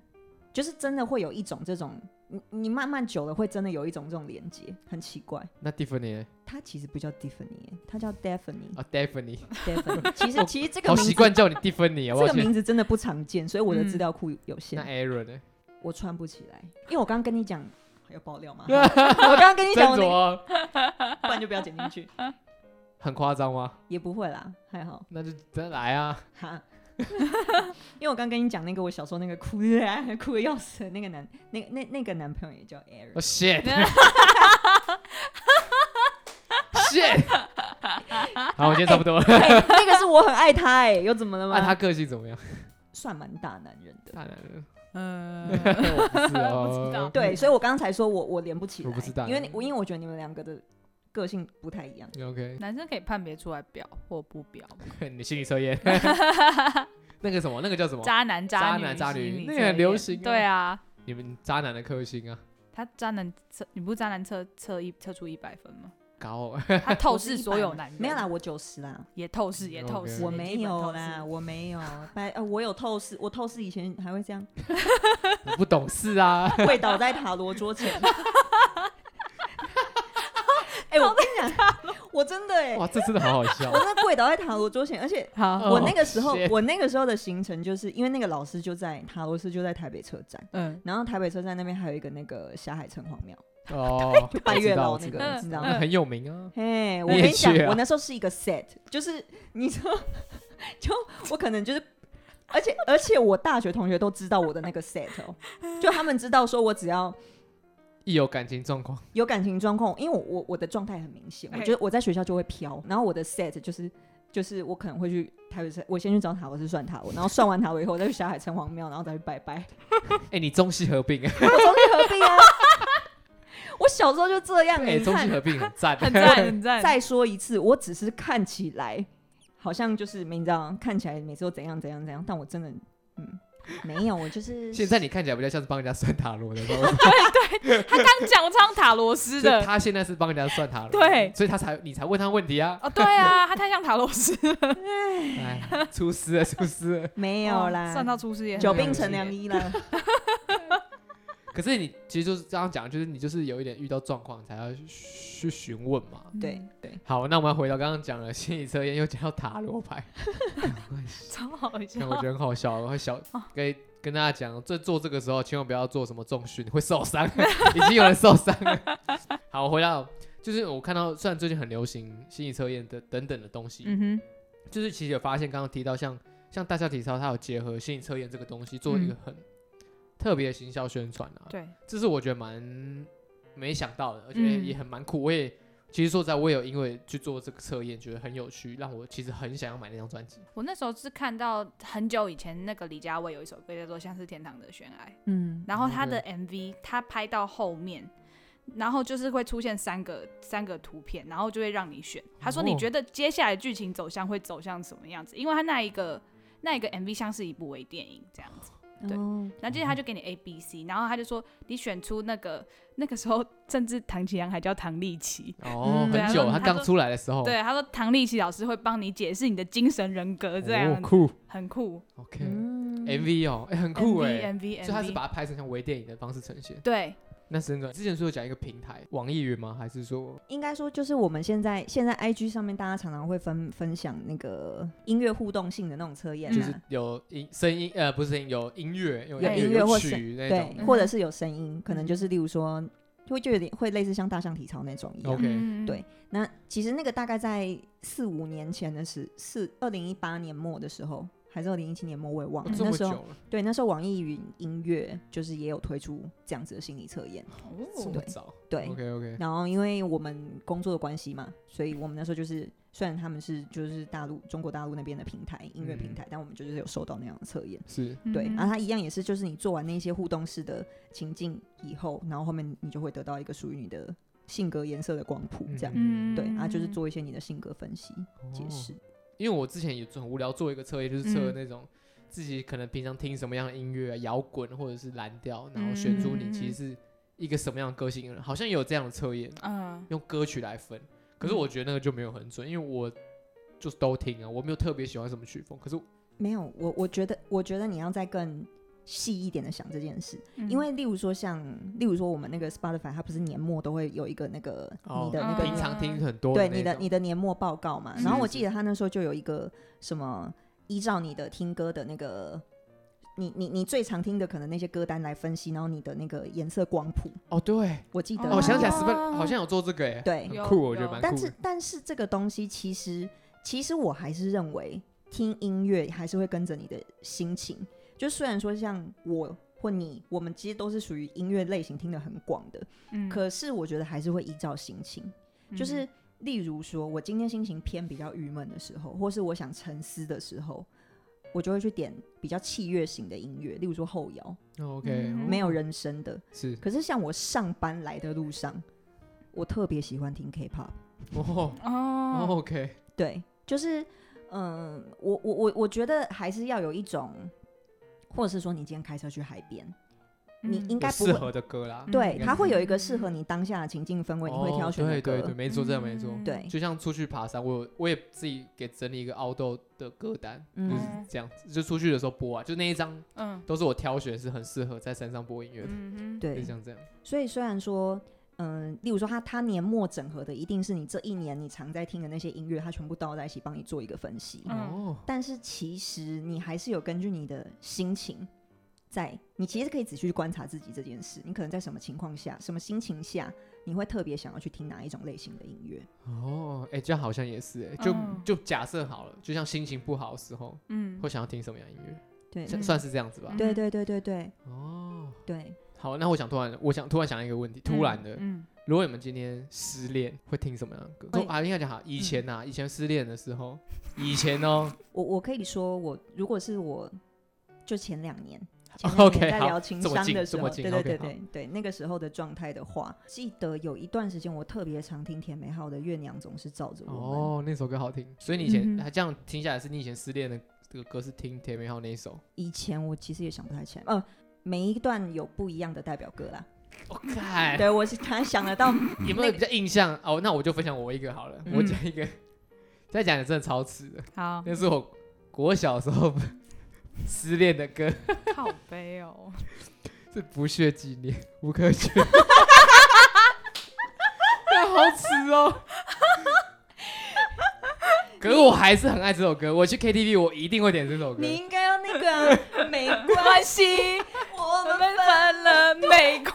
Speaker 3: 就是真的会有一种这种，你你慢慢久了会真的有一种这种连接，很奇怪。
Speaker 1: 那 Tiffany 呢
Speaker 3: 他其实不叫 Tiffany，他叫 Daphne。
Speaker 1: 啊 Tiffany，
Speaker 3: Daphne，其实其实这个
Speaker 1: 好
Speaker 3: 名
Speaker 1: 习
Speaker 3: 字
Speaker 1: 惯叫你啊 Tiffany 好不好？
Speaker 3: 这个
Speaker 1: 现在
Speaker 3: 名字真的不常见，所以我的资
Speaker 2: 嗯
Speaker 3: 料库有限
Speaker 1: 那，Aaron 呢？
Speaker 3: 我穿不起来。因为我刚刚跟你讲， 还有爆料吗？好我 刚刚跟你
Speaker 1: 斟
Speaker 3: 讲，我
Speaker 1: 酌
Speaker 3: 那
Speaker 1: 哦，
Speaker 3: 不然就不要剪进 去，
Speaker 1: 很夸张吗？
Speaker 3: 也不会啦，还好
Speaker 1: 那就再来啊，
Speaker 3: 哈。 因为我刚跟你讲那个我小时候那个哭哭的要死的那个男那那那个男朋友也叫 Aaron，
Speaker 1: 哦 shit shit，好， 我今天差不多了。
Speaker 3: 哎那个是我很爱他哎、又怎么了吗？
Speaker 1: 那啊他个性怎么样？
Speaker 3: 算蛮大男人的，
Speaker 1: 大男人，
Speaker 2: 嗯，
Speaker 1: 我不是
Speaker 2: 不知道
Speaker 1: 哦。
Speaker 3: 对，所以我刚才说我我连不起来，
Speaker 1: 我不知道
Speaker 3: 因为你我因为我觉得你们两个的个性不太一样。
Speaker 1: OK，
Speaker 2: 男生可以判别出来表或不表吗，
Speaker 1: 你的心理测验，那个什么，那个叫什么？
Speaker 2: 渣男
Speaker 1: 渣
Speaker 2: 女
Speaker 1: 男渣
Speaker 2: 心
Speaker 1: 女
Speaker 2: 理
Speaker 1: 那
Speaker 2: 测
Speaker 1: 个很流
Speaker 2: 验
Speaker 1: 行啊
Speaker 2: 对啊，
Speaker 1: 你们渣男的克星啊，
Speaker 2: 他渣男测，你不是渣男测测一测出一百 分吗？
Speaker 1: 高
Speaker 2: 他透
Speaker 3: 我是
Speaker 2: 视
Speaker 3: 100
Speaker 2: 所有男人，
Speaker 3: 没有啦，，我九十啦，
Speaker 2: 也透视，也透
Speaker 1: OK
Speaker 2: 视，
Speaker 1: 是
Speaker 3: 我
Speaker 2: 也
Speaker 3: 没
Speaker 2: 基本
Speaker 3: 有
Speaker 2: 透
Speaker 3: 啦，
Speaker 2: 视，
Speaker 3: 我没有。白呃，我有透视，我透视以前还会这样，
Speaker 1: 我不懂事啊，
Speaker 3: 跪倒在塔罗桌前。哎、我跟你讲，我真的哎、
Speaker 1: 哇，这真的好好笑
Speaker 3: 我。真的跪倒在塔罗桌前，而且
Speaker 2: 好，
Speaker 1: 哦
Speaker 3: 我那个时候
Speaker 1: shit
Speaker 3: 我那个时候的行程就是因为那个老师就在塔罗师就在台北车站，
Speaker 2: 嗯，
Speaker 3: 然后台北车站那边还有一个那个霞海城隍庙，
Speaker 1: 哦，
Speaker 3: 就拜月老那
Speaker 1: 我知
Speaker 3: 个，
Speaker 1: 道
Speaker 2: 嗯
Speaker 3: 你知
Speaker 1: 我
Speaker 3: 道
Speaker 1: 知道
Speaker 3: 吗？
Speaker 1: 很有名啊。
Speaker 3: 嘿，我
Speaker 1: 你
Speaker 3: 跟
Speaker 1: 也
Speaker 3: 你讲
Speaker 1: 去，啊
Speaker 3: 我那时候是一个 set，就是你说，就我可能就是，而且而且我大学同学都知道我的那个 set，、哦、就他们知道说我只要
Speaker 1: 一有感情状况，
Speaker 3: 有感情状况，因为我我我的状态很明显，我
Speaker 2: 哎
Speaker 3: 觉得我在学校就会飘，然后我的 set 就是。就是我可能会去台北城，我先去找塔罗师算塔罗，然后算完塔罗以后，我再去霞海城隍庙，然后再去拜拜。
Speaker 1: 哎，你中西合并啊，
Speaker 3: 我中西合并啊！ 我小时候就这样、欸，
Speaker 1: 哎，
Speaker 3: 你
Speaker 1: 中
Speaker 3: 看
Speaker 1: 西合并很赞，
Speaker 2: 很赞，很赞，
Speaker 3: 再说一次，我只是看起来好像就是你知道，看起来每次都怎样怎样怎样，但我真的嗯没有，我就 是
Speaker 1: 现在你看起来比较像是帮人家算塔罗的，知道吗
Speaker 2: 他刚讲我唱塔罗
Speaker 1: 所
Speaker 2: 师
Speaker 1: 以
Speaker 2: 的，
Speaker 1: 他现在是帮人家算塔罗，
Speaker 2: 对
Speaker 1: 所以他才你才问他问题啊，
Speaker 2: 哦，对啊，他太像塔罗师了，
Speaker 1: 哎，出师了，出师了。
Speaker 3: 没有啦，
Speaker 2: 哦算到出师也很
Speaker 3: 久
Speaker 2: 了不
Speaker 3: 病成
Speaker 2: 起
Speaker 3: 良，医 啦。
Speaker 1: 可是你其实就是这样讲，就是你就是有一点遇到状况才要去去询问嘛。
Speaker 2: 嗯
Speaker 3: 对，对，
Speaker 1: 好，那我们要回到刚刚讲了心理测验，又讲到塔罗牌，
Speaker 2: 超好
Speaker 1: 看我
Speaker 2: 笑
Speaker 1: 觉，得很好笑。我小跟跟大家讲，在做这个时候千万不要做什么重训，会受伤， 已经有人受伤了。好，我回到就是我看到，虽然最近很流行心理测验的等等的东西，
Speaker 2: 嗯哼，
Speaker 1: 就是其实有发现刚刚提到像像大笑体操，它有结合心理测验这个东西做一个很特别的行销宣传啊。
Speaker 2: 对，
Speaker 1: 这是我觉得蛮没想到的，而且
Speaker 2: 嗯
Speaker 1: 也很蛮酷。我也其实说实在，我也有因为去做这个测验，觉得很有趣，让我其实很想要买那张专辑。
Speaker 2: 我那时候是看到很久以前那个李佳薇有一首歌叫做《像是天堂的悬崖》，
Speaker 3: 嗯，
Speaker 2: 然后他的 MV 他拍到后面，然后就是会出现三个三个图片，然后就会让你选。他说
Speaker 1: 哦
Speaker 2: 你觉得接下来剧情走向会走向什么样子？因为他那一个那一个 MV 像是一部微电影这样子。对
Speaker 3: 哦
Speaker 2: 然后接着他
Speaker 1: 嗯
Speaker 2: 就给你 A、B、C，然后他就说你选出那个那个时候，甚至唐奇阳还叫唐立奇。
Speaker 1: 哦，
Speaker 3: 嗯对啊
Speaker 1: 很久，他
Speaker 2: 他说
Speaker 1: 刚出来的时候，
Speaker 2: 对，他说唐立奇老师会帮你解释你的精神人格，这
Speaker 1: 哦
Speaker 2: 样、
Speaker 1: 酷
Speaker 2: 很酷。
Speaker 1: ，OK，MV
Speaker 3: 嗯，
Speaker 1: 哦， 哎，很酷
Speaker 2: MV
Speaker 1: 哎，
Speaker 2: MV
Speaker 1: 所以他是
Speaker 2: MV，
Speaker 1: 把它拍成像微电影的方式呈现。
Speaker 2: 对，
Speaker 1: 那是真的，之前是有讲一个平台，网易云吗？还是说
Speaker 3: 应该说就是我们现在现在 IG 上面大家常常会分分享那个音乐互动性的那种测验啊，
Speaker 1: 就是有音声音呃不是声音有音乐有
Speaker 3: 有
Speaker 1: 乐
Speaker 3: 音乐
Speaker 1: 有
Speaker 3: 或
Speaker 1: 曲那种嗯
Speaker 3: 对，
Speaker 1: 的
Speaker 3: 或者是有声音，可能就是例如说会就有点会类似像大象体操那种一样。
Speaker 1: OK
Speaker 2: 嗯
Speaker 3: 对那其实那个大概在四五年前的时，四二零一八年末的时候，还是二零一七年末，我也忘
Speaker 1: 我
Speaker 3: 了。
Speaker 1: 哦这
Speaker 3: 那
Speaker 1: 么
Speaker 3: 时
Speaker 1: 久
Speaker 3: 候，
Speaker 1: 了，
Speaker 3: 对，那时候网易云音乐就是也有推出这样子的心理测验，
Speaker 1: 这
Speaker 2: 哦
Speaker 1: 么早
Speaker 3: 对。
Speaker 1: ，OK OK，
Speaker 3: 然后因为我们工作的关系嘛，所以我们那时候就是，虽然他们是就是大陆中国大陆那边的平台音乐
Speaker 1: 嗯
Speaker 3: 平台，但我们就是有收到那样的测验。
Speaker 1: 是
Speaker 3: 对，啊
Speaker 2: 嗯
Speaker 3: 然后它一样也是，就是你做完那些互动式的情境以后，然后后面你就会得到一个属于你的性格颜色的光谱，这样、
Speaker 1: 嗯
Speaker 3: 对，然后就是做一些你的性格分析解
Speaker 1: 哦
Speaker 3: 释。
Speaker 1: 因为我之前也很无聊，做一个测验，
Speaker 3: 嗯
Speaker 1: 嗯就是测那种自己可能平常听什么样的音乐、啊，摇滚或者是蓝调，然后选出你其实是一个什么样的个性的人，好像也有这样的测验，
Speaker 2: 嗯
Speaker 1: 用歌曲来分。可是我觉得那个就没有很准，因为我就是都听啊，我没有特别喜欢什么曲风。可是
Speaker 3: 没有，我我觉得，我觉得你要再更细一点的想这件事，
Speaker 1: 嗯
Speaker 3: 因为例如说像，例如说我们那个 Spotify，它不是年末都会有一个那个、
Speaker 1: 哦
Speaker 3: 你的那个
Speaker 1: 平
Speaker 3: 年、
Speaker 1: 常听很多
Speaker 3: 对
Speaker 1: 那
Speaker 3: 你的
Speaker 1: 种
Speaker 3: 你的年末报告嘛。
Speaker 2: 是
Speaker 3: 然后我
Speaker 1: 是
Speaker 3: 记得他那时候就有一个什么，依照你的听歌的那个。你你你最常听的可能那些歌单来分析，然后你的那个颜色光谱，
Speaker 1: 哦对，
Speaker 3: 我记得
Speaker 1: 哦我想起来
Speaker 2: 哦
Speaker 1: 十分好像有做这个哎，
Speaker 3: 对
Speaker 1: 很
Speaker 2: 有
Speaker 1: 酷，我觉得
Speaker 2: 有
Speaker 1: 蛮
Speaker 3: 但
Speaker 1: 酷
Speaker 3: 是
Speaker 1: 的。
Speaker 3: 但是这个东西其实其实我还是认为听音乐还是会跟着你的心情。就虽然说像我或你，我们其实都是属于音乐类型听得很广的，
Speaker 2: 嗯
Speaker 3: 可是我觉得还是会依照心情。
Speaker 1: 嗯
Speaker 3: 就是例如说，我今天心情偏比较郁闷的时候，或是我想沉思的时候，我就会去点比较器乐型的音乐，例如说后摇，
Speaker 1: 哦 OK，
Speaker 2: 嗯
Speaker 1: 哦
Speaker 3: 没有人声的。
Speaker 1: 是
Speaker 3: 可是像我上班来的路上，我特别喜欢听 K-pop。
Speaker 1: 哦哦
Speaker 2: 哦
Speaker 1: OK，
Speaker 3: 对，就是嗯，我我我我觉得还是要有一种，或者是说你今天开车去海边，你
Speaker 2: 嗯
Speaker 3: 应该
Speaker 1: 有
Speaker 3: 不
Speaker 1: 适
Speaker 3: 会，
Speaker 1: 合的歌啦。
Speaker 3: 对
Speaker 1: 应，该
Speaker 3: 它
Speaker 1: 是
Speaker 3: 会有一个适合你当下的情境氛围，你会
Speaker 1: 嗯哦
Speaker 3: 挑选的
Speaker 1: 对
Speaker 3: 歌。
Speaker 1: 对对，没错，这样没错。
Speaker 2: 嗯
Speaker 3: 对
Speaker 1: 就像出去爬山，我有我也自己给整理一个凹豆的歌单，
Speaker 3: 嗯
Speaker 1: 就是这样子，就出去的时候播啊，就那一张
Speaker 2: 嗯
Speaker 1: 都是我挑选，是很适合在山上播音乐的，
Speaker 2: 嗯嗯
Speaker 1: 就
Speaker 3: 对，
Speaker 1: 像这样。
Speaker 3: 所以虽然说。嗯，例如说它，它年末整合的一定是你这一年你常在听的那些音乐，它全部倒在一起帮你做一个分析。
Speaker 2: 嗯
Speaker 1: 哦，
Speaker 3: 但是其实你还是有根据你的心情在，你其实可以仔细去观察自己这件事。你可能在什么情况下、什么心情下，你会特别想要去听哪一种类型的音乐？
Speaker 1: 哦，哎，这样好像也是，哎，就
Speaker 2: 嗯
Speaker 1: 就假设好了，就像心情不好的时候，
Speaker 2: 嗯
Speaker 1: 会想要听什么样的音乐，
Speaker 3: 对，
Speaker 1: 算
Speaker 2: 嗯
Speaker 1: 算是这样子吧
Speaker 2: 嗯。
Speaker 3: 对对对对对
Speaker 1: 哦，
Speaker 3: 对，
Speaker 1: 好，那我想突然，我想突然想一个问题，突然的，
Speaker 2: 嗯
Speaker 1: 如果你们今天失恋，会听什么样的歌？哦
Speaker 3: 会
Speaker 1: 啊，应该讲好，以前呐，以前失恋的时 候，以前哦，
Speaker 3: 我我可以说我，如果是我，就前两年。前
Speaker 1: OK，
Speaker 3: 两年在
Speaker 1: 好
Speaker 3: 聊情
Speaker 1: 这么
Speaker 3: 商
Speaker 1: 近
Speaker 3: 的
Speaker 1: 这
Speaker 3: 时
Speaker 1: 么
Speaker 3: 候，
Speaker 1: 近
Speaker 3: 对对
Speaker 1: OK，
Speaker 3: 对
Speaker 1: 好
Speaker 3: 对对，那个时候的状态的话，记得有一段时间我特别常听田美浩的《月娘总是照着我们》，
Speaker 1: 哦，那首歌好听，所以你以前
Speaker 2: 嗯哼
Speaker 1: 还这样听下来，是你以前失恋的这个歌是听田美浩那一首。
Speaker 3: 以前我其实也想不太起来，呃，每一段有不一样的代表歌啦。
Speaker 1: 我看
Speaker 3: 对，我是突然想得到，
Speaker 1: 有没有比较印象？哦，那我就分享我一个好了，
Speaker 3: 嗯
Speaker 1: 我讲一个， 再讲也真的超迟的，
Speaker 2: 嗯好
Speaker 1: 那是我国小时候失恋的歌，
Speaker 2: 好悲 哦，
Speaker 1: 是不屑纪念，无可 选。那好迟哦。 可是我还是很爱这首歌，我去 KTV 我一定会点这首歌。
Speaker 3: 你应该要那个啊没关系，我
Speaker 2: 我
Speaker 3: 们
Speaker 2: 们分了玫瑰，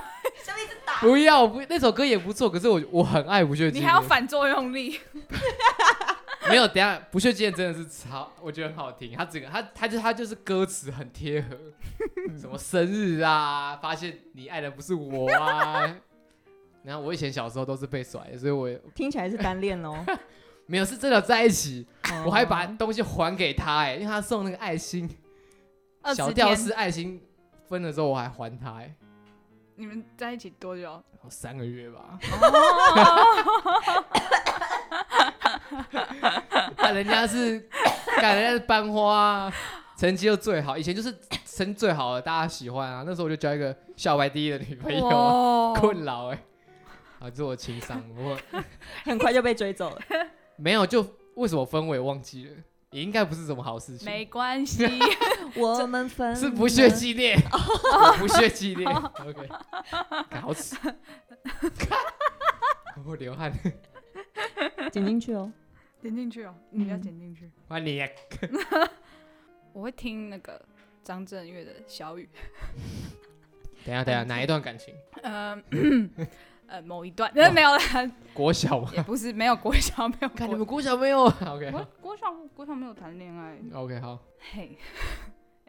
Speaker 3: 下面一直打。
Speaker 1: 不要，我不那首歌也不错，可是我我很爱不屑纪
Speaker 2: 你
Speaker 1: 念。
Speaker 2: 还有反作用力，
Speaker 1: 没有，等一下不屑纪念真的是超，我觉得很好听。他整个他他就他就是歌词很贴合，
Speaker 2: 嗯
Speaker 1: 什么生日啊，发现你爱的不是我啊。 然后我以前小时候都是被甩的，所以我也
Speaker 3: 听起来是单恋哦，
Speaker 1: 没有是真的在一起， 我还把
Speaker 3: 哦
Speaker 1: 东西还给他哎、因为他送那个爱心
Speaker 2: 嗯二
Speaker 1: 小
Speaker 2: 十
Speaker 1: 吊
Speaker 2: 天，
Speaker 1: 饰爱心分的时候我还还他哎、
Speaker 2: 你们在一起多久？
Speaker 1: 然后三个月吧。
Speaker 3: 哦
Speaker 1: 但啊人家是，干人家是班花、啊，成绩又最好，以前就是成绩最好的，大家喜欢啊。那时候我就交一个校白第一的女朋友啊，
Speaker 2: 哇
Speaker 1: 困扰哎、啊，这是我情商，我
Speaker 3: 很快就被追 走了。
Speaker 1: 没有就为什么分我也忘记了，也应该不是什么好事情，
Speaker 2: 没嗯关 系，
Speaker 3: 我们分
Speaker 1: 是不屑
Speaker 3: 了
Speaker 1: 纪 念，我不屑纪念，OK，干好耻，我流汗，
Speaker 3: 剪进去哦。
Speaker 2: 点进去哦，你要
Speaker 3: 嗯
Speaker 2: 点进去。
Speaker 1: 哇你 也
Speaker 2: 我会听那个张震岳的《小雨》，
Speaker 1: 等一下等一下，哪一段感情？
Speaker 2: 嗯，呃某一段，呃没有啦，
Speaker 1: 国小 吗？
Speaker 2: 也不是没有国小，没有
Speaker 1: 看你
Speaker 2: 国
Speaker 1: 们国小没有啊？OK
Speaker 2: 国国小国小没有谈恋爱，
Speaker 1: OK 好。
Speaker 2: 嘿，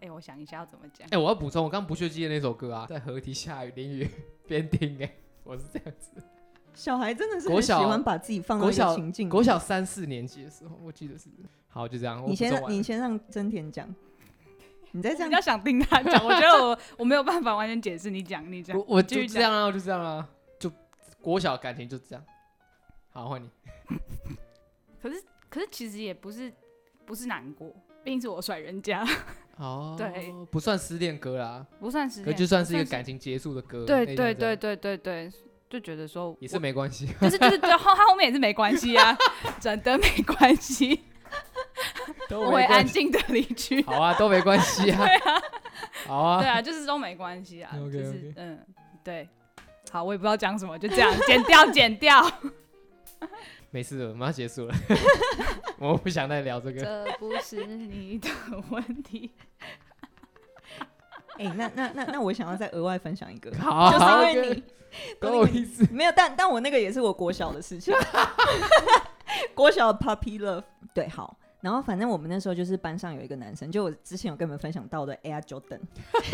Speaker 2: 哎，我想一下要怎么讲
Speaker 1: 哎、，我要补充，我刚不屑记的那首歌啊，在河堤下雨淋雨边听哎、我是这样子。
Speaker 3: 小孩真的是
Speaker 1: 国
Speaker 3: 很喜
Speaker 1: 小
Speaker 3: 欢把自己放到
Speaker 1: 国
Speaker 3: 一
Speaker 1: 小
Speaker 3: 个情境。
Speaker 1: 国，小三四年级的时候，我记得是。好，就这样。我
Speaker 3: 你先
Speaker 1: 补充完
Speaker 3: 你
Speaker 1: 了
Speaker 3: 先让真田讲，你再这
Speaker 2: 比
Speaker 3: 样
Speaker 2: 较想听他讲，我觉得我我没有办法完全解释，你讲你讲
Speaker 1: 我，我
Speaker 2: 继
Speaker 1: 就
Speaker 2: 续
Speaker 1: 这样啊，就这样啊，就国小感情就这样。好，换你。
Speaker 2: 可是可是其实也不是不是难过，毕竟是我甩人家，
Speaker 1: 哦，
Speaker 2: 对，
Speaker 1: 不算失恋歌啦，
Speaker 2: 不算失
Speaker 1: 可
Speaker 2: 恋，
Speaker 1: 就算是一个
Speaker 2: 不
Speaker 1: 感情结束的歌。
Speaker 2: 对
Speaker 1: 类似
Speaker 2: 对
Speaker 1: 这样
Speaker 2: 对，对对对，就觉得说
Speaker 1: 也是没关 系。
Speaker 2: 就是就是对后他后面也是没关系 啊，真的没关系，
Speaker 1: 都
Speaker 2: 我
Speaker 1: 没
Speaker 2: 会
Speaker 1: 关
Speaker 2: 安
Speaker 1: 系
Speaker 2: 静的离 去。
Speaker 1: 好啊，都没关系 啊。好啊
Speaker 2: 对，啊，就是都没关系 啊，就
Speaker 1: OK，OK
Speaker 2: 是嗯，对。好，我也不知道讲什么，就这样，剪掉， 剪掉。
Speaker 1: 没事了，我们要结束了。 我不想再聊这个。
Speaker 2: 这不是你的问题，
Speaker 3: 哎、那那那那我想要再额外分享一个，
Speaker 1: 好，啊
Speaker 3: 就是因为你
Speaker 1: 够意思。
Speaker 3: 没有，但但我那个也是我国小的事情， 国小的 puppy love。对，好。然后反正我们那时候就是班上有一个男生，就我之前有跟你们分享到的 Air Jordan，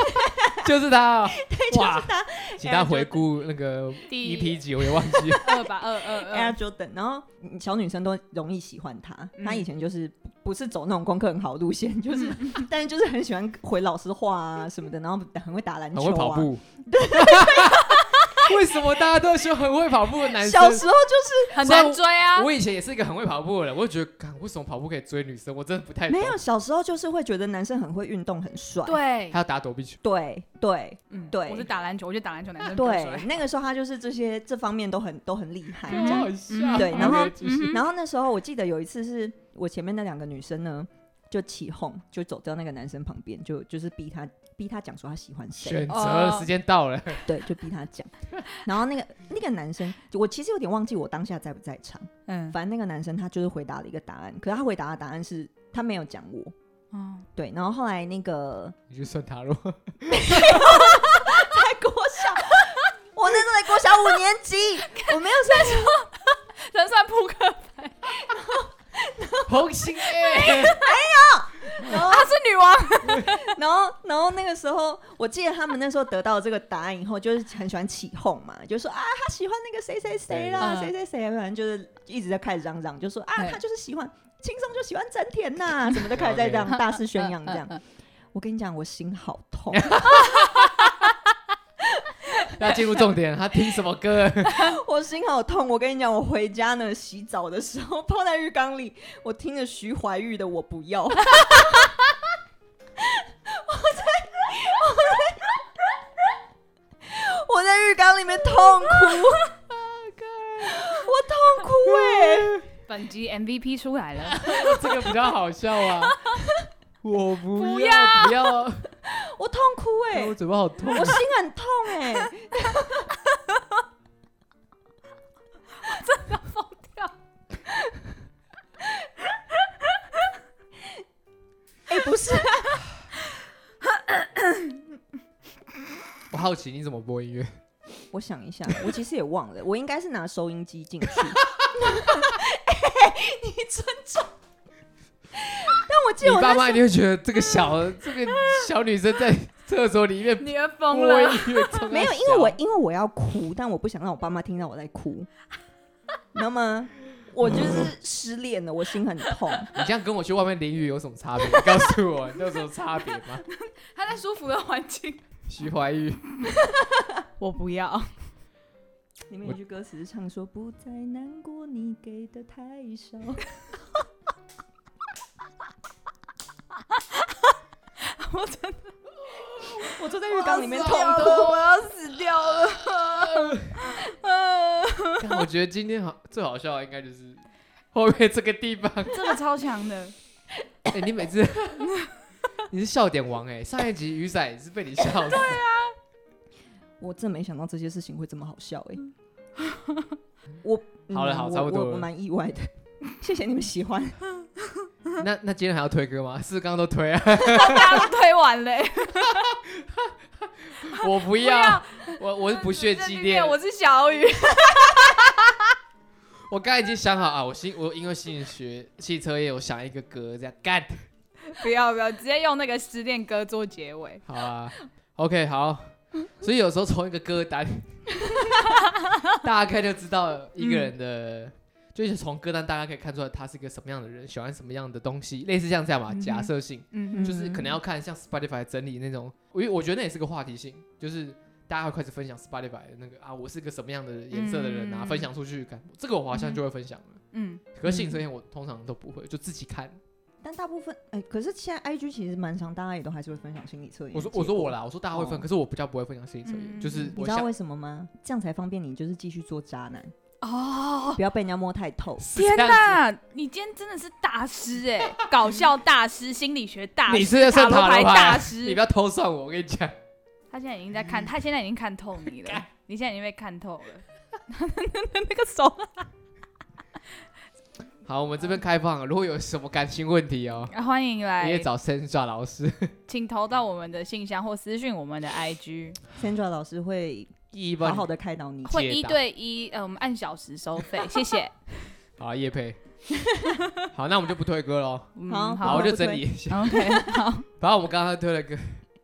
Speaker 1: 就是他哦，哇，
Speaker 3: 他哎
Speaker 1: 请大家回顾那个
Speaker 2: 第
Speaker 1: EP 集，我也忘记了
Speaker 2: 二吧，二二
Speaker 3: Air
Speaker 2: 二，
Speaker 3: Jordan，然后嗯小女生都容易喜欢他。
Speaker 2: 嗯
Speaker 3: 他以前就是不是走那种功课很好的路线，就是 但是就是很喜欢回老师话啊什么的，然后 很会打篮球
Speaker 1: 很
Speaker 3: 啊，
Speaker 1: 会跑步。 为什么大家都说很会跑步的男
Speaker 3: 小
Speaker 1: 生？
Speaker 3: 时候就是
Speaker 2: 很难追啊。
Speaker 1: 我以前也是一个很会跑步的人，我就觉得，干为什么跑步可以追女生？我真的不太懂
Speaker 3: 没有，。小时候就是会觉得男生很会运动，很帅。
Speaker 2: 对
Speaker 1: 他，要打躲避球，
Speaker 3: 对对
Speaker 2: 嗯
Speaker 3: 对
Speaker 2: 我是打篮球，我觉得打篮球男生更帅
Speaker 3: 对，那个时候他就是这些这方面都很都很厉害，这样。
Speaker 1: 好笑。
Speaker 2: 嗯
Speaker 3: 对然后
Speaker 1: OK，继续
Speaker 3: 然后那时候我记得有一次是我前面那两个女生呢，就起哄，就走到那个男生旁边，就就是逼他逼他讲说他喜欢谁，哦
Speaker 1: 选择时间到了，
Speaker 3: 对，就逼他讲。然后那个那个男生，我其实有点忘记我当下在不在场，
Speaker 2: 嗯
Speaker 3: 反正那个男生他就是回答了一个答案，可是他回答的答案是他没有讲我，
Speaker 2: 嗯，
Speaker 3: 对。然后后来那个
Speaker 1: 你就算 他咯。
Speaker 3: 在国小，我那时候在国小五年级，我没有说
Speaker 2: 人算扑克牌，
Speaker 1: 红心 A，
Speaker 3: 然后
Speaker 2: 她是女王，
Speaker 3: 然后，然后那个时候，我记得他们那时候得到这个答案以后，就是很喜欢起哄嘛，就说啊，他喜欢那个谁谁谁啦，
Speaker 2: 嗯
Speaker 3: 谁谁谁，反正就是一直在开始嚷嚷，就说啊，
Speaker 2: 对
Speaker 3: 他就是喜欢轻松就喜欢真田 呐、什么的，开始在这样大肆宣扬这样。我跟你讲，我心好痛，
Speaker 1: 要进入重点，他听什么 歌？
Speaker 3: 我心好痛。我跟你讲，我回家呢，洗澡的时候泡在浴缸里，我听着徐怀钰的《我不要》。我在浴缸里面痛哭，我痛哭哎、
Speaker 2: 本集 MVP 出来了，
Speaker 1: 这个比较好笑啊！ 我不
Speaker 2: 不
Speaker 1: 要不要，啊
Speaker 3: 我痛哭哎、
Speaker 1: 我嘴巴好痛。啊
Speaker 3: 我心很痛哎、
Speaker 2: 疯掉。
Speaker 3: 哎、不是，
Speaker 1: 我好奇你怎么播音乐？
Speaker 3: 我想一下，我其实也忘了，我应该是拿收音机进去。哎、你尊重，但我记
Speaker 1: 你
Speaker 3: 得我
Speaker 1: 爸
Speaker 3: 那
Speaker 1: 妈一定会觉得这个小这个小女生在厕所里面
Speaker 2: 女儿
Speaker 1: 播
Speaker 2: 疯
Speaker 1: 音
Speaker 2: 了，
Speaker 1: 乐，冲她
Speaker 3: 没有，因为我
Speaker 1: 笑
Speaker 3: 因为我要哭，但我不想让我爸妈听到我在哭，你知道吗？我就是失恋了，我心很痛。
Speaker 1: 你这样跟我去外面淋雨有什么差别？你告诉我，你有什么差别 吗？
Speaker 2: 她在舒服的环境，
Speaker 1: 徐怀钰，
Speaker 2: 我不要。
Speaker 3: 里面有一句歌词是唱说：“不再难过，你给的太少。
Speaker 2: 我真的，”
Speaker 3: 我坐在浴缸里面痛
Speaker 2: 了，
Speaker 3: 哭。
Speaker 2: 我要死掉了。呃，
Speaker 1: 但我觉得今天好最好笑的应该就是后面这个地 方。
Speaker 2: 这个超 强的，
Speaker 1: 哎、你每次 你是笑点王哎、上一集雨伞也是被你笑死。
Speaker 3: 啊我真没想到这些事情会这么好笑哎、
Speaker 2: 嗯
Speaker 3: 我嗯
Speaker 1: 好了好
Speaker 3: 我
Speaker 1: 差不多
Speaker 3: 我
Speaker 1: 了
Speaker 3: 我蛮意外的。 谢谢你们喜欢，
Speaker 1: 那那今天还
Speaker 2: 欸
Speaker 1: 要推歌吗？是刚刚都推啊，
Speaker 2: 大家都推完嘞。
Speaker 1: 我 不要，我我是不屑
Speaker 2: 这
Speaker 1: 祭
Speaker 2: 这
Speaker 1: 奠。
Speaker 2: 我是 小雨。
Speaker 1: 我刚才已经想好啊，我心我因为心理学汽车业，我想一个歌这样干。
Speaker 2: 不要不要，直接用那个失恋歌做结尾。
Speaker 1: 好啊，OK，好。所以有时候从一个歌 单，大概就知道一个人
Speaker 2: 嗯
Speaker 1: 的，就是从歌单大家可以看出来他是一个什么样的人，喜欢什么样的东西，类似像这样吧，假
Speaker 2: 嗯哼
Speaker 1: 设性。
Speaker 2: 嗯
Speaker 1: 就是可能要看像 Spotify 整理那种，因为我觉得那也是个话题性，就是大家会开始分享 Spotify 的那个啊，我是个什么样的颜色的人啊，
Speaker 2: 嗯
Speaker 1: 分享出去看，这个我好像就会分享了。
Speaker 2: 嗯，
Speaker 1: 可是性这些我通常都不会，就自己看。
Speaker 3: 但大部分哎、可是现在 IG 其实蛮长，大家也都还是会分享心理测验。
Speaker 1: 我说我说我，啦，我说大家会分，
Speaker 3: 哦
Speaker 1: 可是我比较不会分享心理测验，
Speaker 2: 嗯
Speaker 1: 就是
Speaker 3: 你
Speaker 1: 我
Speaker 3: 知道
Speaker 1: 想
Speaker 3: 为什么吗？这样才方便你就是继续做渣男，
Speaker 2: 哦，
Speaker 3: 不要被人家摸太透。
Speaker 1: 是
Speaker 2: 天
Speaker 1: 这样
Speaker 2: 哪，你今天真的是大师哎、 搞笑大师、心理学大
Speaker 1: 子，
Speaker 2: 师、
Speaker 1: 你是在算
Speaker 2: 塔罗
Speaker 1: 塔
Speaker 2: 牌
Speaker 1: 罗
Speaker 2: 大
Speaker 1: 牌，啊你
Speaker 2: 师
Speaker 1: 不。要偷算我，我跟你讲，
Speaker 2: 他现在已经在看，他现在已经看透你
Speaker 1: 干
Speaker 2: 了，你现在已经被看透了。 那个手
Speaker 1: 好，我们这边开放了，如果有什么感情问题哦，
Speaker 2: 啊，欢迎
Speaker 1: 你
Speaker 2: 来
Speaker 1: 也，找 Sandra 老师
Speaker 2: 请投到我们的信箱或私讯我们的 IG，
Speaker 3: Sandra 老师会
Speaker 1: 一
Speaker 3: 好
Speaker 1: 帮
Speaker 3: 好
Speaker 1: 你
Speaker 3: 的开导你。
Speaker 2: 会
Speaker 1: 解
Speaker 2: 一
Speaker 1: 答
Speaker 2: 对一，呃，我们按小时收 费，谢谢。
Speaker 1: 好啊叶 佩，好，那我们就不推歌喽，
Speaker 2: 嗯，
Speaker 3: 好
Speaker 1: 好，
Speaker 2: 好
Speaker 1: 我就
Speaker 3: 不推
Speaker 1: 整理一下。
Speaker 2: ，OK，好，
Speaker 1: 反正我们刚刚推了歌，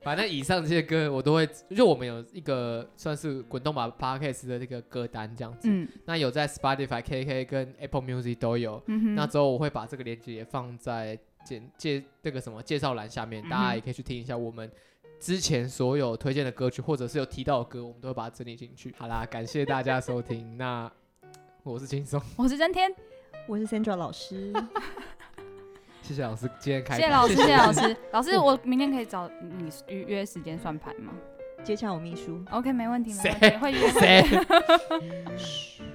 Speaker 1: 反正以上这些歌我都会，就我们有一个算是滚动吧 podcast 的那个歌单这样子。
Speaker 2: 嗯
Speaker 1: 那有在 Spotify、KK 跟 Apple Music 都有。
Speaker 2: 嗯哼，
Speaker 1: 那之后我会把这个链接也放在简介那个什么介绍栏下面，
Speaker 2: 嗯哼
Speaker 1: 大家也可以去听一下我们之前所有推荐的歌曲，或者是有提到的歌，我们都会把它整理进去。好啦，感谢大家的收听。那我是轻松，
Speaker 2: 我是真天，
Speaker 3: 我是 Sandra 老师，
Speaker 1: 谢谢老师今天开
Speaker 2: 谢
Speaker 1: 台，
Speaker 2: 谢老师，谢谢老师，老师，我明天可以找你预约时间算盘吗
Speaker 3: 接洽我秘书。
Speaker 2: ？OK，没问题，没
Speaker 1: 谁
Speaker 2: 问题，会约。
Speaker 1: 谁？